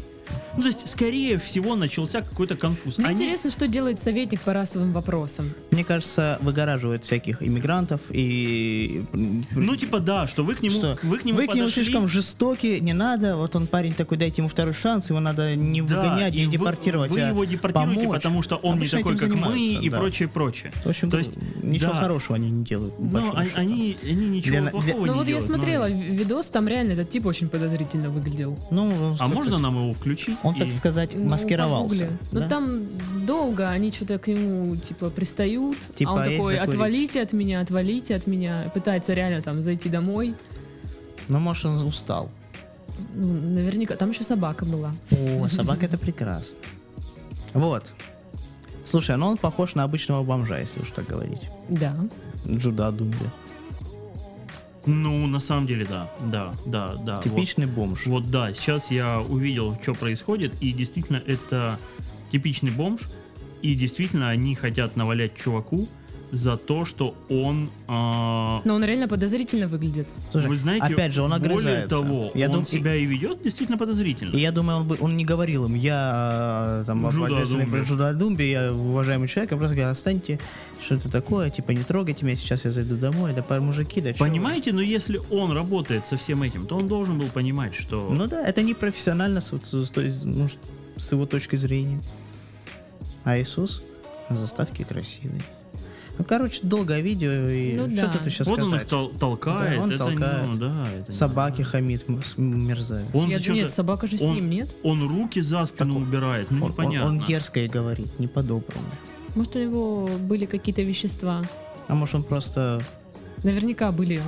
Speaker 2: Ну, то есть, скорее всего, начался какой-то конфуз.
Speaker 1: Мне
Speaker 2: Они-
Speaker 1: интересно, что делает советник по расовым вопросам.
Speaker 3: Мне кажется, выгораживают всяких иммигрантов и...
Speaker 2: Ну, типа, да, что вы к нему,
Speaker 3: что
Speaker 2: вы к нему
Speaker 3: вы к нему
Speaker 2: подошли,
Speaker 3: слишком жестокие, не надо. Вот он парень такой, дайте ему второй шанс, его надо не
Speaker 2: да,
Speaker 3: выгонять,
Speaker 2: и
Speaker 3: не
Speaker 2: вы-
Speaker 3: депортировать,
Speaker 2: Вы
Speaker 3: а
Speaker 2: его депортируете,
Speaker 3: помочь.
Speaker 2: потому что он
Speaker 3: Обычно
Speaker 2: не такой,
Speaker 3: этим
Speaker 2: как мы,
Speaker 3: занимаются,
Speaker 2: и
Speaker 3: да.
Speaker 2: прочее, прочее.
Speaker 3: В общем,
Speaker 2: То есть,
Speaker 3: ничего
Speaker 2: да.
Speaker 3: хорошего они не делают. по
Speaker 2: Ну,
Speaker 3: большому
Speaker 2: а-
Speaker 3: счету.
Speaker 2: они, они ничего
Speaker 3: Для- для-
Speaker 2: плохого не
Speaker 1: Ну вот я
Speaker 2: делают, но-
Speaker 1: смотрела ви- видос, там реально этот тип очень подозрительно выглядел.
Speaker 3: Ну, он
Speaker 2: А
Speaker 3: как-то-
Speaker 2: можно нам его включить.
Speaker 3: Он,
Speaker 2: и-
Speaker 3: так сказать,
Speaker 1: Ну,
Speaker 3: маскировался.
Speaker 1: погугли. Ну
Speaker 3: да?
Speaker 1: там долго они что-то к нему типа пристают,
Speaker 3: Типа,
Speaker 1: а он
Speaker 3: а есть
Speaker 1: такой:
Speaker 3: закурить?
Speaker 1: отвалите от меня, отвалите от меня, пытается реально там зайти домой.
Speaker 3: Ну, может, он устал.
Speaker 1: Ну, Наверняка там еще собака была.
Speaker 3: О, собака это прекрасно. Вот. Слушай, ну он похож на обычного бомжа, если уж так говорить.
Speaker 1: Да.
Speaker 3: Джуда Думби.
Speaker 2: Ну, на самом деле, да, да, да, да. вот.
Speaker 3: Типичный бомж.
Speaker 2: Вот да, сейчас я увидел, что происходит, и действительно это типичный бомж, и действительно они хотят навалять чуваку за то, что он... а,
Speaker 1: Но он реально подозрительно выглядит.
Speaker 3: Слушай,
Speaker 2: вы знаете,
Speaker 3: опять же, он
Speaker 2: более
Speaker 3: огрызается.
Speaker 2: того,
Speaker 3: я
Speaker 2: он
Speaker 3: дум-
Speaker 2: себя и ведет действительно подозрительно.
Speaker 3: И я думаю, он, бы, он не говорил им, я э, там
Speaker 2: Джуда
Speaker 3: ответственный
Speaker 2: Думби.
Speaker 3: при Джуда Думби, я уважаемый человек, я просто говорю, отстаньте, что это такое, типа не трогайте меня, сейчас я зайду домой, да пар мужики, да чё вы?»
Speaker 2: Понимаете, но если он работает со всем этим, то он должен был понимать, что...
Speaker 3: Ну да, это не профессионально с, с- с той- ну, ш- с его точки зрения. А Иисус на заставке красивый. Ну, короче, долгое видео, и
Speaker 1: Ну
Speaker 3: что
Speaker 1: да.
Speaker 3: тут еще
Speaker 2: вот он
Speaker 3: сказать?
Speaker 2: их тол- толкает,
Speaker 3: Да, он
Speaker 2: это Не,
Speaker 3: толкает.
Speaker 2: ну, да, это не-
Speaker 3: Собаки хамит, м- с- мерзавец.
Speaker 2: Он
Speaker 1: Я-
Speaker 2: зачем-то-
Speaker 1: Нет, собака же с
Speaker 2: он-
Speaker 1: ним, нет?
Speaker 2: Он руки за спину
Speaker 3: Так он-
Speaker 2: убирает, ну
Speaker 3: Он- он,
Speaker 2: непонятно.
Speaker 3: он дерзко и говорит, не по-доброму.
Speaker 1: Может, у него были какие-то вещества.
Speaker 3: А может, он просто...
Speaker 1: Наверняка были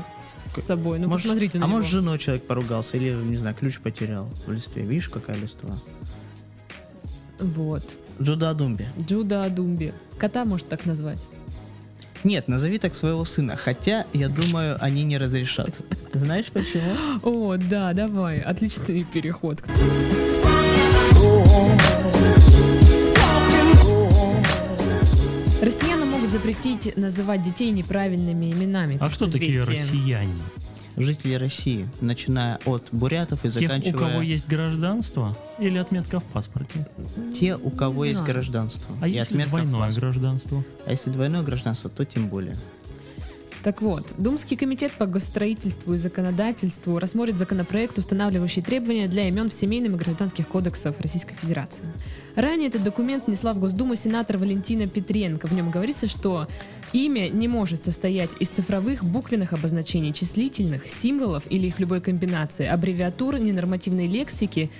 Speaker 1: с собой. Ну,
Speaker 3: может,
Speaker 1: посмотрите на
Speaker 3: а может, с
Speaker 1: него.
Speaker 3: женой человек поругался, или, не знаю, ключ потерял в листве. Видишь, какая листва?
Speaker 1: Вот.
Speaker 3: Джуда Думби.
Speaker 1: Джуда Думби. Кота может так назвать.
Speaker 3: Нет, назови так своего сына, хотя, я думаю, они не разрешат. Знаешь почему?
Speaker 1: О, да, давай. Отличный переход. Россиянам могут запретить называть детей неправильными именами.
Speaker 2: А что
Speaker 1: пишет
Speaker 2: такие
Speaker 1: «Известия».
Speaker 2: россияне?
Speaker 3: жители России, начиная от бурятов и
Speaker 2: Тех, у
Speaker 3: заканчивая
Speaker 2: кого есть гражданство или отметка в паспорте?
Speaker 3: те, у кого
Speaker 1: Не
Speaker 3: есть
Speaker 1: знаю.
Speaker 3: гражданство.
Speaker 2: А
Speaker 3: и
Speaker 2: если
Speaker 3: отметка в
Speaker 2: двойное
Speaker 3: паспорте.
Speaker 2: гражданство?
Speaker 3: А если двойное гражданство, то тем более.
Speaker 1: Так вот, Думский комитет по госстроительству и законодательству рассмотрит законопроект, устанавливающий требования для имен в семейном и гражданских кодексах Российской Федерации. Ранее этот документ внесла в Госдуму сенатор Валентина Петренко. В нем говорится, что имя не может состоять из цифровых, буквенных обозначений, числительных, символов или их любой комбинации, аббревиатур, ненормативной лексики,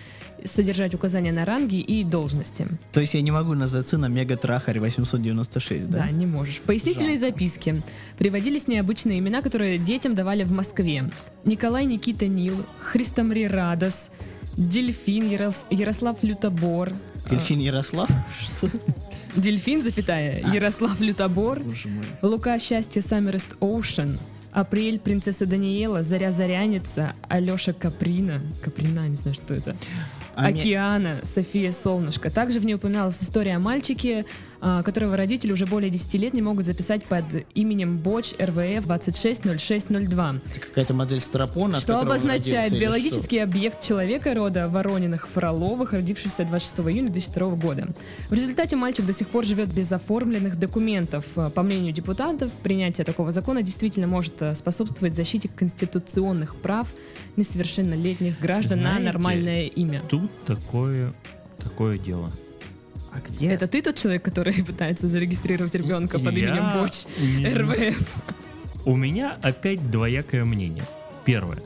Speaker 1: содержать указания на ранги и должности.
Speaker 3: То есть я не могу назвать сына Мега Трахарь 896, да?
Speaker 1: Да, не можешь. В пояснительной записке приводились необычные имена, которые детям давали в Москве. Николай Никита Нил, Христомри Радос, Дельфин, Ярос- Ярослав Лютобор.
Speaker 3: Дельфин Ярослав? Что?
Speaker 1: А, Дельфин, запятая,
Speaker 3: А.
Speaker 1: Ярослав Лютобор,
Speaker 3: Боже мой.
Speaker 1: Лука Счастье Саммерест Оушен, Апрель Принцесса Даниэла, Заря Заряница, Алеша Каприна, Каприна, не знаю, что это,
Speaker 3: А не-
Speaker 1: Океана, София Солнышко. Также в ней упоминалась история о мальчике, а, которого родители уже более 10 лет не могут записать под именем Боч РВФ 260602,
Speaker 3: Это какая-то модель Страпона. от
Speaker 1: что
Speaker 3: которого он
Speaker 1: обозначает
Speaker 3: родился, или
Speaker 1: биологический объект человека рода Ворониных Фроловых, родившихся 26 июня 2002 года. В результате мальчик до сих пор живет без оформленных документов. А, По мнению депутатов, принятие такого закона действительно может а, способствовать защите конституционных прав несовершеннолетних граждан
Speaker 2: Знаете,
Speaker 1: на нормальное имя.
Speaker 2: Тут такое, такое дело.
Speaker 3: что? А где?
Speaker 1: Это ты тот человек, который пытается зарегистрировать ребенка под
Speaker 2: Я
Speaker 1: именем Боч
Speaker 2: не знаю.
Speaker 1: РВФ?
Speaker 2: У меня опять двоякое мнение. Первое.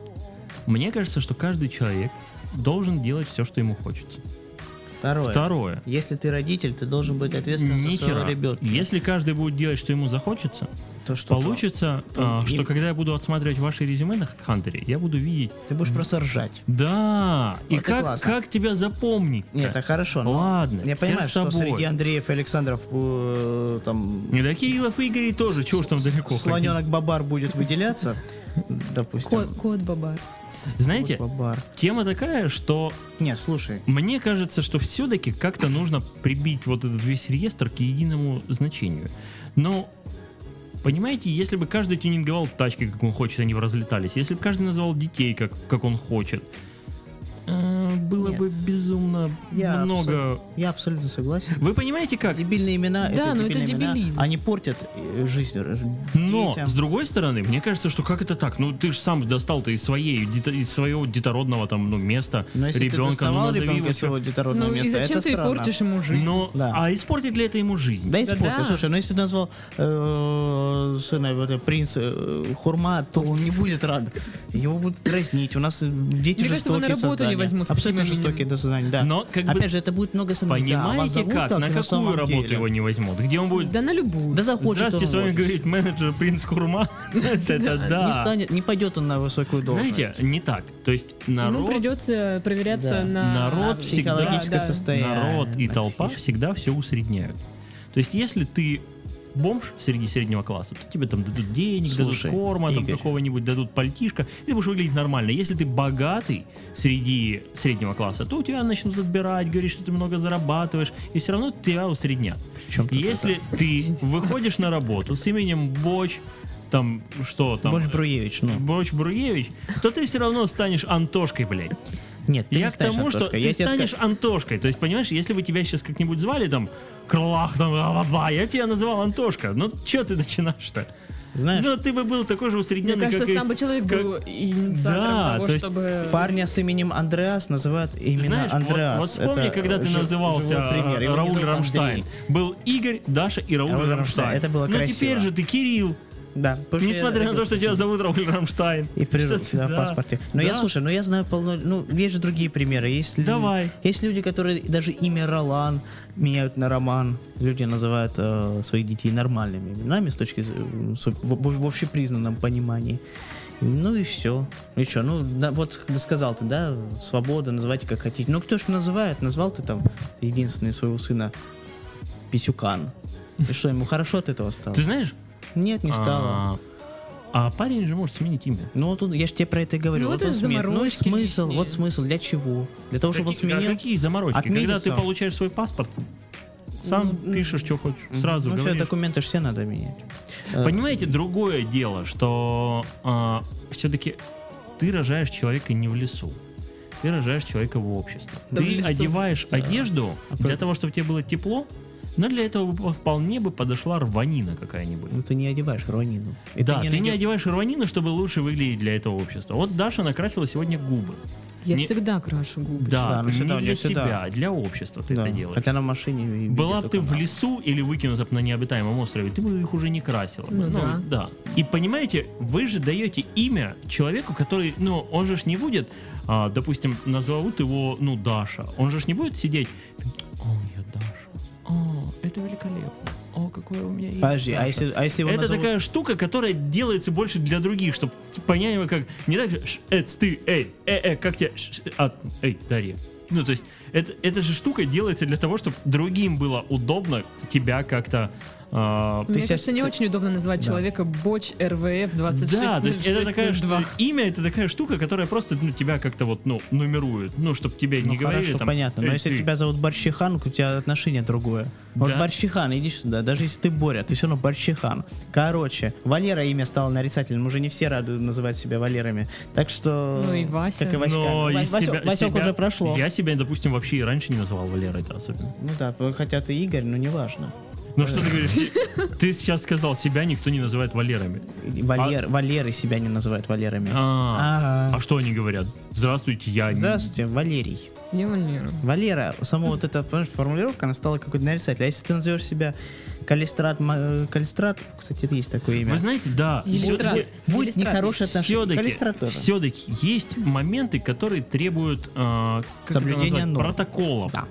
Speaker 2: Мне кажется, что каждый человек должен делать все, что ему хочется.
Speaker 3: Второе.
Speaker 2: Второе.
Speaker 3: Если ты родитель, ты должен быть ответственным за своего
Speaker 2: Нихера.
Speaker 3: ребенка.
Speaker 2: Если каждый будет делать, что ему захочется,
Speaker 3: То что?
Speaker 2: получится,
Speaker 3: то-
Speaker 2: а, что
Speaker 3: и-
Speaker 2: когда я буду отсматривать ваши резюме на HeadHunter, я буду видеть,
Speaker 3: Ты будешь просто ржать.
Speaker 2: да, и
Speaker 3: это
Speaker 2: как,
Speaker 3: классно.
Speaker 2: как тебя запомнить?
Speaker 3: Нет, так хорошо. но
Speaker 2: Ладно,
Speaker 3: Я
Speaker 2: хер
Speaker 3: понимаю,
Speaker 2: с
Speaker 3: что
Speaker 2: тобой.
Speaker 3: среди Андреев и Александров э, там
Speaker 2: Не до Кириллов и Игорей тоже, чего ж там далеко ходить.
Speaker 3: Слоненок Бабар будет выделяться,
Speaker 1: Кот,
Speaker 3: допустим.
Speaker 1: кот Бабар.
Speaker 2: Знаете,
Speaker 3: Вот Бабар.
Speaker 2: тема такая, что
Speaker 3: Не, слушай.
Speaker 2: мне кажется, что все-таки как-то нужно прибить вот этот весь реестр к единому значению. Но, понимаете, если бы каждый тюнинговал тачки, как он хочет, они бы разлетались, если бы каждый назвал детей, как, как он хочет, э, было
Speaker 3: Нет.
Speaker 2: бы безумно
Speaker 3: Я
Speaker 2: много...
Speaker 3: Я абсолютно согласен.
Speaker 2: Вы понимаете как?
Speaker 3: Дебильные имена
Speaker 1: Да,
Speaker 3: это
Speaker 1: но это
Speaker 3: дебильные имена.
Speaker 1: дебилизм.
Speaker 3: Они портят э, жизнь р-
Speaker 2: Но,
Speaker 3: детям.
Speaker 2: с другой стороны, мне кажется, что как это так? Ну, ты же сам достал-то из своей, дето- из своего детородного там, ну, места
Speaker 3: Но если
Speaker 2: ребенка.
Speaker 3: ты доставал
Speaker 2: ну, назови
Speaker 3: ребенка
Speaker 2: его
Speaker 3: с его детородного
Speaker 1: Ну и
Speaker 3: места,
Speaker 1: зачем
Speaker 3: это
Speaker 1: ты
Speaker 3: странно.
Speaker 1: портишь ему жизнь?
Speaker 2: Но,
Speaker 3: Да.
Speaker 2: а испортит ли это ему жизнь?
Speaker 3: Да испортил.
Speaker 1: Да-да.
Speaker 3: Слушай, ну если ты назвал э, сына вот, э, принца э, Хурма, то он не будет рад. Его будут дразнить. У нас э, дети
Speaker 1: Мне кажется, вы на
Speaker 3: жестокие
Speaker 1: работу не не возьмут. с
Speaker 3: Абсолютно
Speaker 1: таким
Speaker 3: жестокие
Speaker 1: именем.
Speaker 3: до сознания, да.
Speaker 2: Но, как бы,
Speaker 3: Опять же, это будет много сомнений. Да, вас
Speaker 2: Понимаете
Speaker 3: зовут
Speaker 2: как? На
Speaker 3: так, но
Speaker 2: какую
Speaker 3: самом
Speaker 2: работу
Speaker 3: деле-
Speaker 2: его не возьмут? Где он будет?
Speaker 1: Да на любую.
Speaker 3: Да захочет
Speaker 2: Здравствуйте,
Speaker 3: он
Speaker 2: с вами
Speaker 3: в офис.
Speaker 2: говорит менеджер принц Курма. Это
Speaker 3: Не
Speaker 2: да.
Speaker 3: станет, Ну, не пойдет он на высокую должность.
Speaker 2: Знаете, не так. То есть
Speaker 1: Ему
Speaker 2: народ
Speaker 1: придется проверяться
Speaker 3: Да.
Speaker 1: на...
Speaker 2: Народ всегда-
Speaker 3: Психологическое
Speaker 1: Да, да.
Speaker 3: состояние.
Speaker 2: народ и
Speaker 3: на
Speaker 2: толпа
Speaker 3: психи-
Speaker 2: всегда все усредняют. То есть, если ты бомж среди среднего класса, то тебе там дадут денег,
Speaker 3: Слушай,
Speaker 2: дадут корма,
Speaker 3: Игорь.
Speaker 2: там какого-нибудь дадут пальтишка, и ты будешь выглядеть нормально. Если ты богатый среди среднего класса, то у тебя начнут отбирать, говорить, что ты много зарабатываешь, и все равно тебя усреднят.
Speaker 3: Причем тут
Speaker 2: Если ты выходишь на работу с именем Боч, там, что там,
Speaker 3: Больше Бруевич, ну.
Speaker 2: Боч Бруевич, то ты все равно станешь Антошкой, блядь.
Speaker 3: Нет, ты
Speaker 2: Я
Speaker 3: не
Speaker 2: к
Speaker 3: станешь
Speaker 2: тому, что
Speaker 3: Антошкой.
Speaker 2: ты
Speaker 3: Я тебе
Speaker 2: станешь
Speaker 3: скажу-
Speaker 2: Антошкой. То есть, понимаешь, если бы тебя сейчас как-нибудь звали там Крылах, там, бла-бла-бла, я бы тебя называл Антошка. Ну, что ты начинаешь-то?
Speaker 3: Знаешь,
Speaker 2: Ну, ты бы был такой же
Speaker 1: Мне
Speaker 2: усредненный,
Speaker 1: кажется,
Speaker 2: ну, как и-
Speaker 1: сам бы человек
Speaker 2: как-
Speaker 1: был инициатором
Speaker 2: Да,
Speaker 1: того,
Speaker 2: то есть
Speaker 1: чтобы...
Speaker 3: парня с именем Андреас называют именно
Speaker 2: Знаешь, вот-
Speaker 3: Андреас.
Speaker 2: Вот, вспомни,
Speaker 3: Это
Speaker 2: когда ты
Speaker 3: жи-
Speaker 2: назывался
Speaker 3: живой пример.
Speaker 2: э,
Speaker 3: Его не
Speaker 2: Рауль
Speaker 3: зовут
Speaker 2: Рамштайн.
Speaker 3: Андрей.
Speaker 2: Был Игорь, Даша и Рауль,
Speaker 3: Рауль
Speaker 2: Рамштайн.
Speaker 3: Рамштайн. Это было
Speaker 2: Но
Speaker 3: красиво.
Speaker 2: теперь же ты Кирилл,
Speaker 3: Да. потому что
Speaker 2: несмотря
Speaker 3: я-
Speaker 2: на то, что тебя зовут Рауль Рамштайн.
Speaker 3: И в природе,
Speaker 2: Что ты-
Speaker 3: да, в
Speaker 2: да,
Speaker 3: паспорте. Но я,
Speaker 2: да.
Speaker 3: слушай, но я знаю полно... Ну, есть же другие примеры. Есть лю-
Speaker 2: Давай.
Speaker 3: Есть люди, которые даже имя Ролан меняют на Роман. Люди называют э, своих детей нормальными именами с точки зрения... В, в- в общепризнанном понимании. Ну и все. И что, ну, да, вот сказал ты, да, свобода, называйте как хотите. Ну, кто ж называет? Назвал ты там единственный своего сына Писюкан. И что, ему хорошо от этого стало?
Speaker 2: Ты знаешь?
Speaker 3: Нет, не стало.
Speaker 2: а, А парень же может сменить имя.
Speaker 3: Ну, тут я же тебе про это и говорю.
Speaker 1: Ну,
Speaker 3: вот
Speaker 1: это
Speaker 3: он сменит. ну и
Speaker 1: заморочки
Speaker 3: смысл,
Speaker 1: лишние.
Speaker 3: вот смысл, для чего? Для того, чтобы он
Speaker 2: Какие-
Speaker 3: сменил.
Speaker 2: Какие заморочки?
Speaker 3: Отметить
Speaker 2: Когда ты
Speaker 3: сам.
Speaker 2: получаешь свой паспорт, сам пишешь, что хочешь, сразу
Speaker 3: Ну, все,
Speaker 2: говоришь.
Speaker 3: документы ж все надо менять. Э,
Speaker 2: Понимаете, другое дело, что все-таки ты рожаешь человека не в лесу. Ты рожаешь человека в обществе.
Speaker 1: Да, в
Speaker 2: ты
Speaker 1: лесу.
Speaker 2: одеваешь одежду
Speaker 3: А
Speaker 2: для того, чтобы тебе было тепло, но для этого бы вполне бы подошла рванина какая-нибудь.
Speaker 3: Ну, ты не одеваешь ронину. И
Speaker 2: да, ты не
Speaker 3: надев-
Speaker 2: одеваешь рванину, чтобы лучше выглядеть для этого общества. Вот Даша накрасила сегодня губы.
Speaker 1: Я
Speaker 2: не-
Speaker 1: всегда крашу губы.
Speaker 2: Да,
Speaker 3: Да, ну
Speaker 2: ты
Speaker 3: всегда, у
Speaker 2: не
Speaker 3: нее
Speaker 2: для
Speaker 3: всегда.
Speaker 2: себя, а для общества ты
Speaker 3: Да,
Speaker 2: это делаешь.
Speaker 3: Хотя на машине... и
Speaker 2: Была бы
Speaker 3: видит
Speaker 2: ты
Speaker 3: только
Speaker 2: в
Speaker 3: нас.
Speaker 2: лесу или выкинута б на необитаемом острове, ты бы их уже не красила. бы.
Speaker 1: Ну да.
Speaker 2: И понимаете, вы же даете имя человеку, который, ну, он же ж не будет, а, допустим, назовут его, ну, Даша. Он же ж не будет сидеть, о, я Даша, о, это великолепно, о, какое у меня имя.
Speaker 3: Подожди, а
Speaker 2: Даша».
Speaker 3: если, а если его
Speaker 2: Это
Speaker 3: назовут-
Speaker 2: такая штука, которая делается больше для других, чтобы понять, как не так, же, «Ш, это ты, эй, э, э, как тебе, Ш, ш, а, эй, Дарья. Ну, то есть, это, эта же штука делается для того, чтобы другим было удобно тебя как-то... а,
Speaker 1: Мне
Speaker 3: Ты
Speaker 1: кажется,
Speaker 3: сейчас-
Speaker 1: не
Speaker 3: ты-
Speaker 1: очень удобно называть
Speaker 3: Да.
Speaker 1: человека Боч РВФ 26
Speaker 2: да, то есть это такая
Speaker 1: 06
Speaker 2: штука, имя это такая штука, которая просто ну, тебя как-то вот ну нумерует, ну чтобы тебе
Speaker 3: Ну,
Speaker 2: не говорили
Speaker 3: хорошо,
Speaker 2: там.
Speaker 3: понятно. Но
Speaker 2: «Эй,
Speaker 3: если
Speaker 2: ты».
Speaker 3: тебя зовут Борщихан, у тебя отношение другое. Вот
Speaker 2: Да.
Speaker 3: Борщихан, иди сюда. Даже если ты Боря, ты все равно Борщихан. Короче, Валера имя стало нарицательным. Уже не все рады называть себя Валерами. Так что...
Speaker 1: Ну и Вася.
Speaker 3: Как и Васька.
Speaker 2: Но
Speaker 3: Ва-
Speaker 2: из
Speaker 3: Васё-
Speaker 2: себя-
Speaker 3: Васёк
Speaker 2: себя-
Speaker 3: уже прошло.
Speaker 2: Я себя, допустим, вообще и раньше не называл Валерой, это особенно.
Speaker 3: Ну да, хотя ты Игорь, но неважно.
Speaker 2: Ну что ты говоришь? Ты сейчас сказал, себя никто не называет Валерами.
Speaker 3: Валер, Валеры себя не называют Валерами.
Speaker 2: А,
Speaker 3: Ага.
Speaker 2: а что они говорят? Здравствуйте, я... не-
Speaker 3: Здравствуйте, Валерий.
Speaker 1: Я Валера.
Speaker 3: Валера, сама вот эта понимаешь, формулировка, она стала какой-то нарицательной. А если ты назовешь себя Калистрат, Ма- э, Калистрат, кстати, это есть такое имя.
Speaker 2: Вы знаете, да.
Speaker 1: Иллюстрат.
Speaker 3: Будет
Speaker 1: Калистрат.
Speaker 3: нехорошее отношение. Калистрат
Speaker 2: Все-таки,
Speaker 3: тоже.
Speaker 2: все-таки есть моменты, которые требуют э, как это
Speaker 3: Соблюдения
Speaker 2: назвать?
Speaker 3: норм.
Speaker 2: протоколов.
Speaker 3: Да.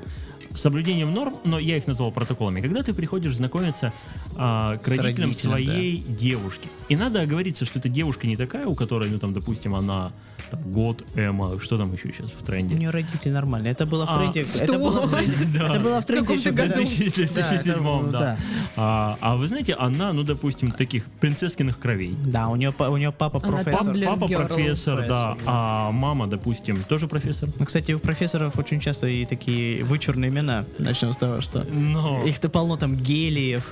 Speaker 2: Соблюдением норм, но я их назвал протоколами. Когда ты приходишь знакомиться э, к
Speaker 3: С
Speaker 2: родителям
Speaker 3: родителями,
Speaker 2: своей девушки, и надо оговориться, что эта девушка не такая, у которой, ну там, допустим, она там, год, Эма, что там еще сейчас в
Speaker 3: У
Speaker 2: тренде?
Speaker 3: нее родители нормальные. Это было в
Speaker 2: А,
Speaker 3: тренде.
Speaker 1: что?
Speaker 3: Это было в тренде. Это было в тренде
Speaker 1: каком
Speaker 3: еще
Speaker 1: ты
Speaker 3: когда-
Speaker 1: году?
Speaker 3: Да, это
Speaker 2: 2007,
Speaker 3: было,
Speaker 2: да. А, а вы знаете, она, ну, допустим, таких принцесскиных кровей.
Speaker 3: Да, у нее па- у нее папа
Speaker 1: Она
Speaker 2: Пап-
Speaker 1: там-
Speaker 3: профессор.
Speaker 1: Tumblr
Speaker 2: папа
Speaker 1: girl.
Speaker 2: профессор, да. А мама, допустим, тоже профессор.
Speaker 3: Ну, кстати, у профессоров очень часто и такие вычурные имена. Начнем с того, что
Speaker 2: Но...
Speaker 3: их-то полно там гелиев,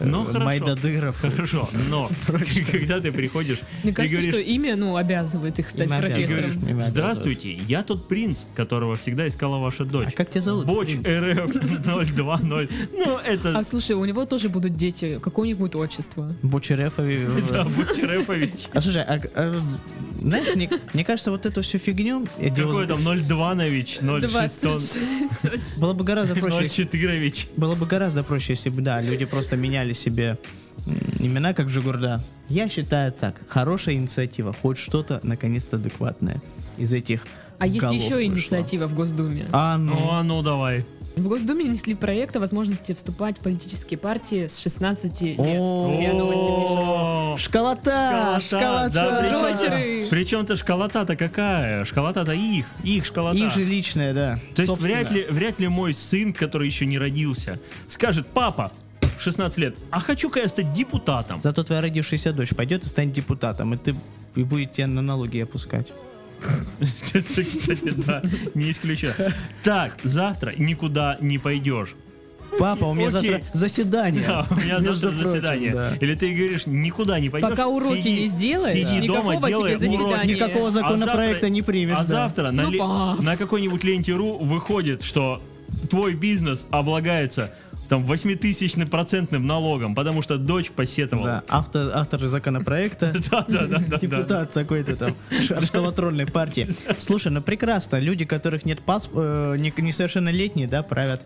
Speaker 2: Ну,
Speaker 3: э,
Speaker 2: хорошо.
Speaker 3: майдадыров.
Speaker 2: Хорошо, но когда ты приходишь
Speaker 1: Мне
Speaker 2: и
Speaker 1: кажется,
Speaker 2: говоришь,
Speaker 1: что имя, ну, обязывает их стать
Speaker 3: Имя обязывает.
Speaker 1: профессором.
Speaker 2: говоришь,
Speaker 3: Не надо,
Speaker 2: здравствуйте, я тот принц, которого всегда искала ваша
Speaker 3: А
Speaker 2: дочь.
Speaker 3: как тебя зовут?
Speaker 2: Боч э,
Speaker 3: Принц?
Speaker 2: РФ 020. Ну, это...
Speaker 1: А слушай, у него тоже будут дети какого-нибудь отчества.
Speaker 3: Бочерефове.
Speaker 2: Да, Боч РФович.
Speaker 3: э, А слушай, а, а, знаешь, мне, мне кажется, вот эту всю фигню э,
Speaker 2: Какой
Speaker 3: делать-
Speaker 2: там 02нович, 06
Speaker 3: было бы гораздо проще. если-
Speaker 2: 04
Speaker 3: Было бы гораздо проще, если бы, да, люди просто меняли себе м, имена, как Жигурда. Я считаю так, хорошая инициатива, хоть что-то, наконец-то, адекватное из этих
Speaker 1: А есть
Speaker 3: голов
Speaker 1: еще
Speaker 3: вышло.
Speaker 1: инициатива в Госдуме.
Speaker 3: А, ну,
Speaker 2: Ну, а ну давай.
Speaker 1: В Госдуме внесли проект о возможности вступать в политические партии с 16 лет.
Speaker 3: О,
Speaker 1: Я новости вижу.
Speaker 2: О,
Speaker 3: школота,
Speaker 2: Школота,
Speaker 3: школота.
Speaker 2: да,
Speaker 1: Дрочеры.
Speaker 2: Причем-то школота-то какая? Школота-то их, их школота.
Speaker 3: Их же личное, да.
Speaker 2: То есть
Speaker 3: Собственно.
Speaker 2: вряд ли, вряд ли мой сын, который еще не родился, скажет, папа, в 16 лет, а хочу-ка я стать депутатом.
Speaker 3: Зато твоя родившаяся дочь пойдет и станет депутатом, и ты и будет тебя на налоги опускать.
Speaker 2: Это, кстати, да, не исключено. Так, завтра никуда не пойдешь.
Speaker 3: Папа, у меня
Speaker 2: Окей.
Speaker 3: завтра заседание.
Speaker 2: Да, А у меня
Speaker 3: Между
Speaker 2: завтра
Speaker 3: прочим,
Speaker 2: заседание.
Speaker 3: да.
Speaker 2: Или ты говоришь, никуда не пойдешь.
Speaker 1: Пока уроки
Speaker 2: сиди-
Speaker 1: не сделаешь,
Speaker 2: сиди дома,
Speaker 1: никакого
Speaker 2: делай
Speaker 1: тебе заседания.
Speaker 2: уроки.
Speaker 3: Никакого законопроекта
Speaker 2: А завтра-
Speaker 3: не примешь.
Speaker 2: А
Speaker 3: да.
Speaker 2: завтра на,
Speaker 1: Ну,
Speaker 2: ле-
Speaker 1: пап.
Speaker 2: на какой-нибудь ленте.ру выходит, что твой бизнес облагается там 8000 процентным налогом, потому что дочь посетовала.
Speaker 3: Да, автор, автор законопроекта.
Speaker 2: Да, да, да, да, да.
Speaker 3: Депутат какой-то там ш- школотронной партии. Слушай, ну прекрасно. Люди, которых нет пасп... э, не- несовершеннолетние, да, правят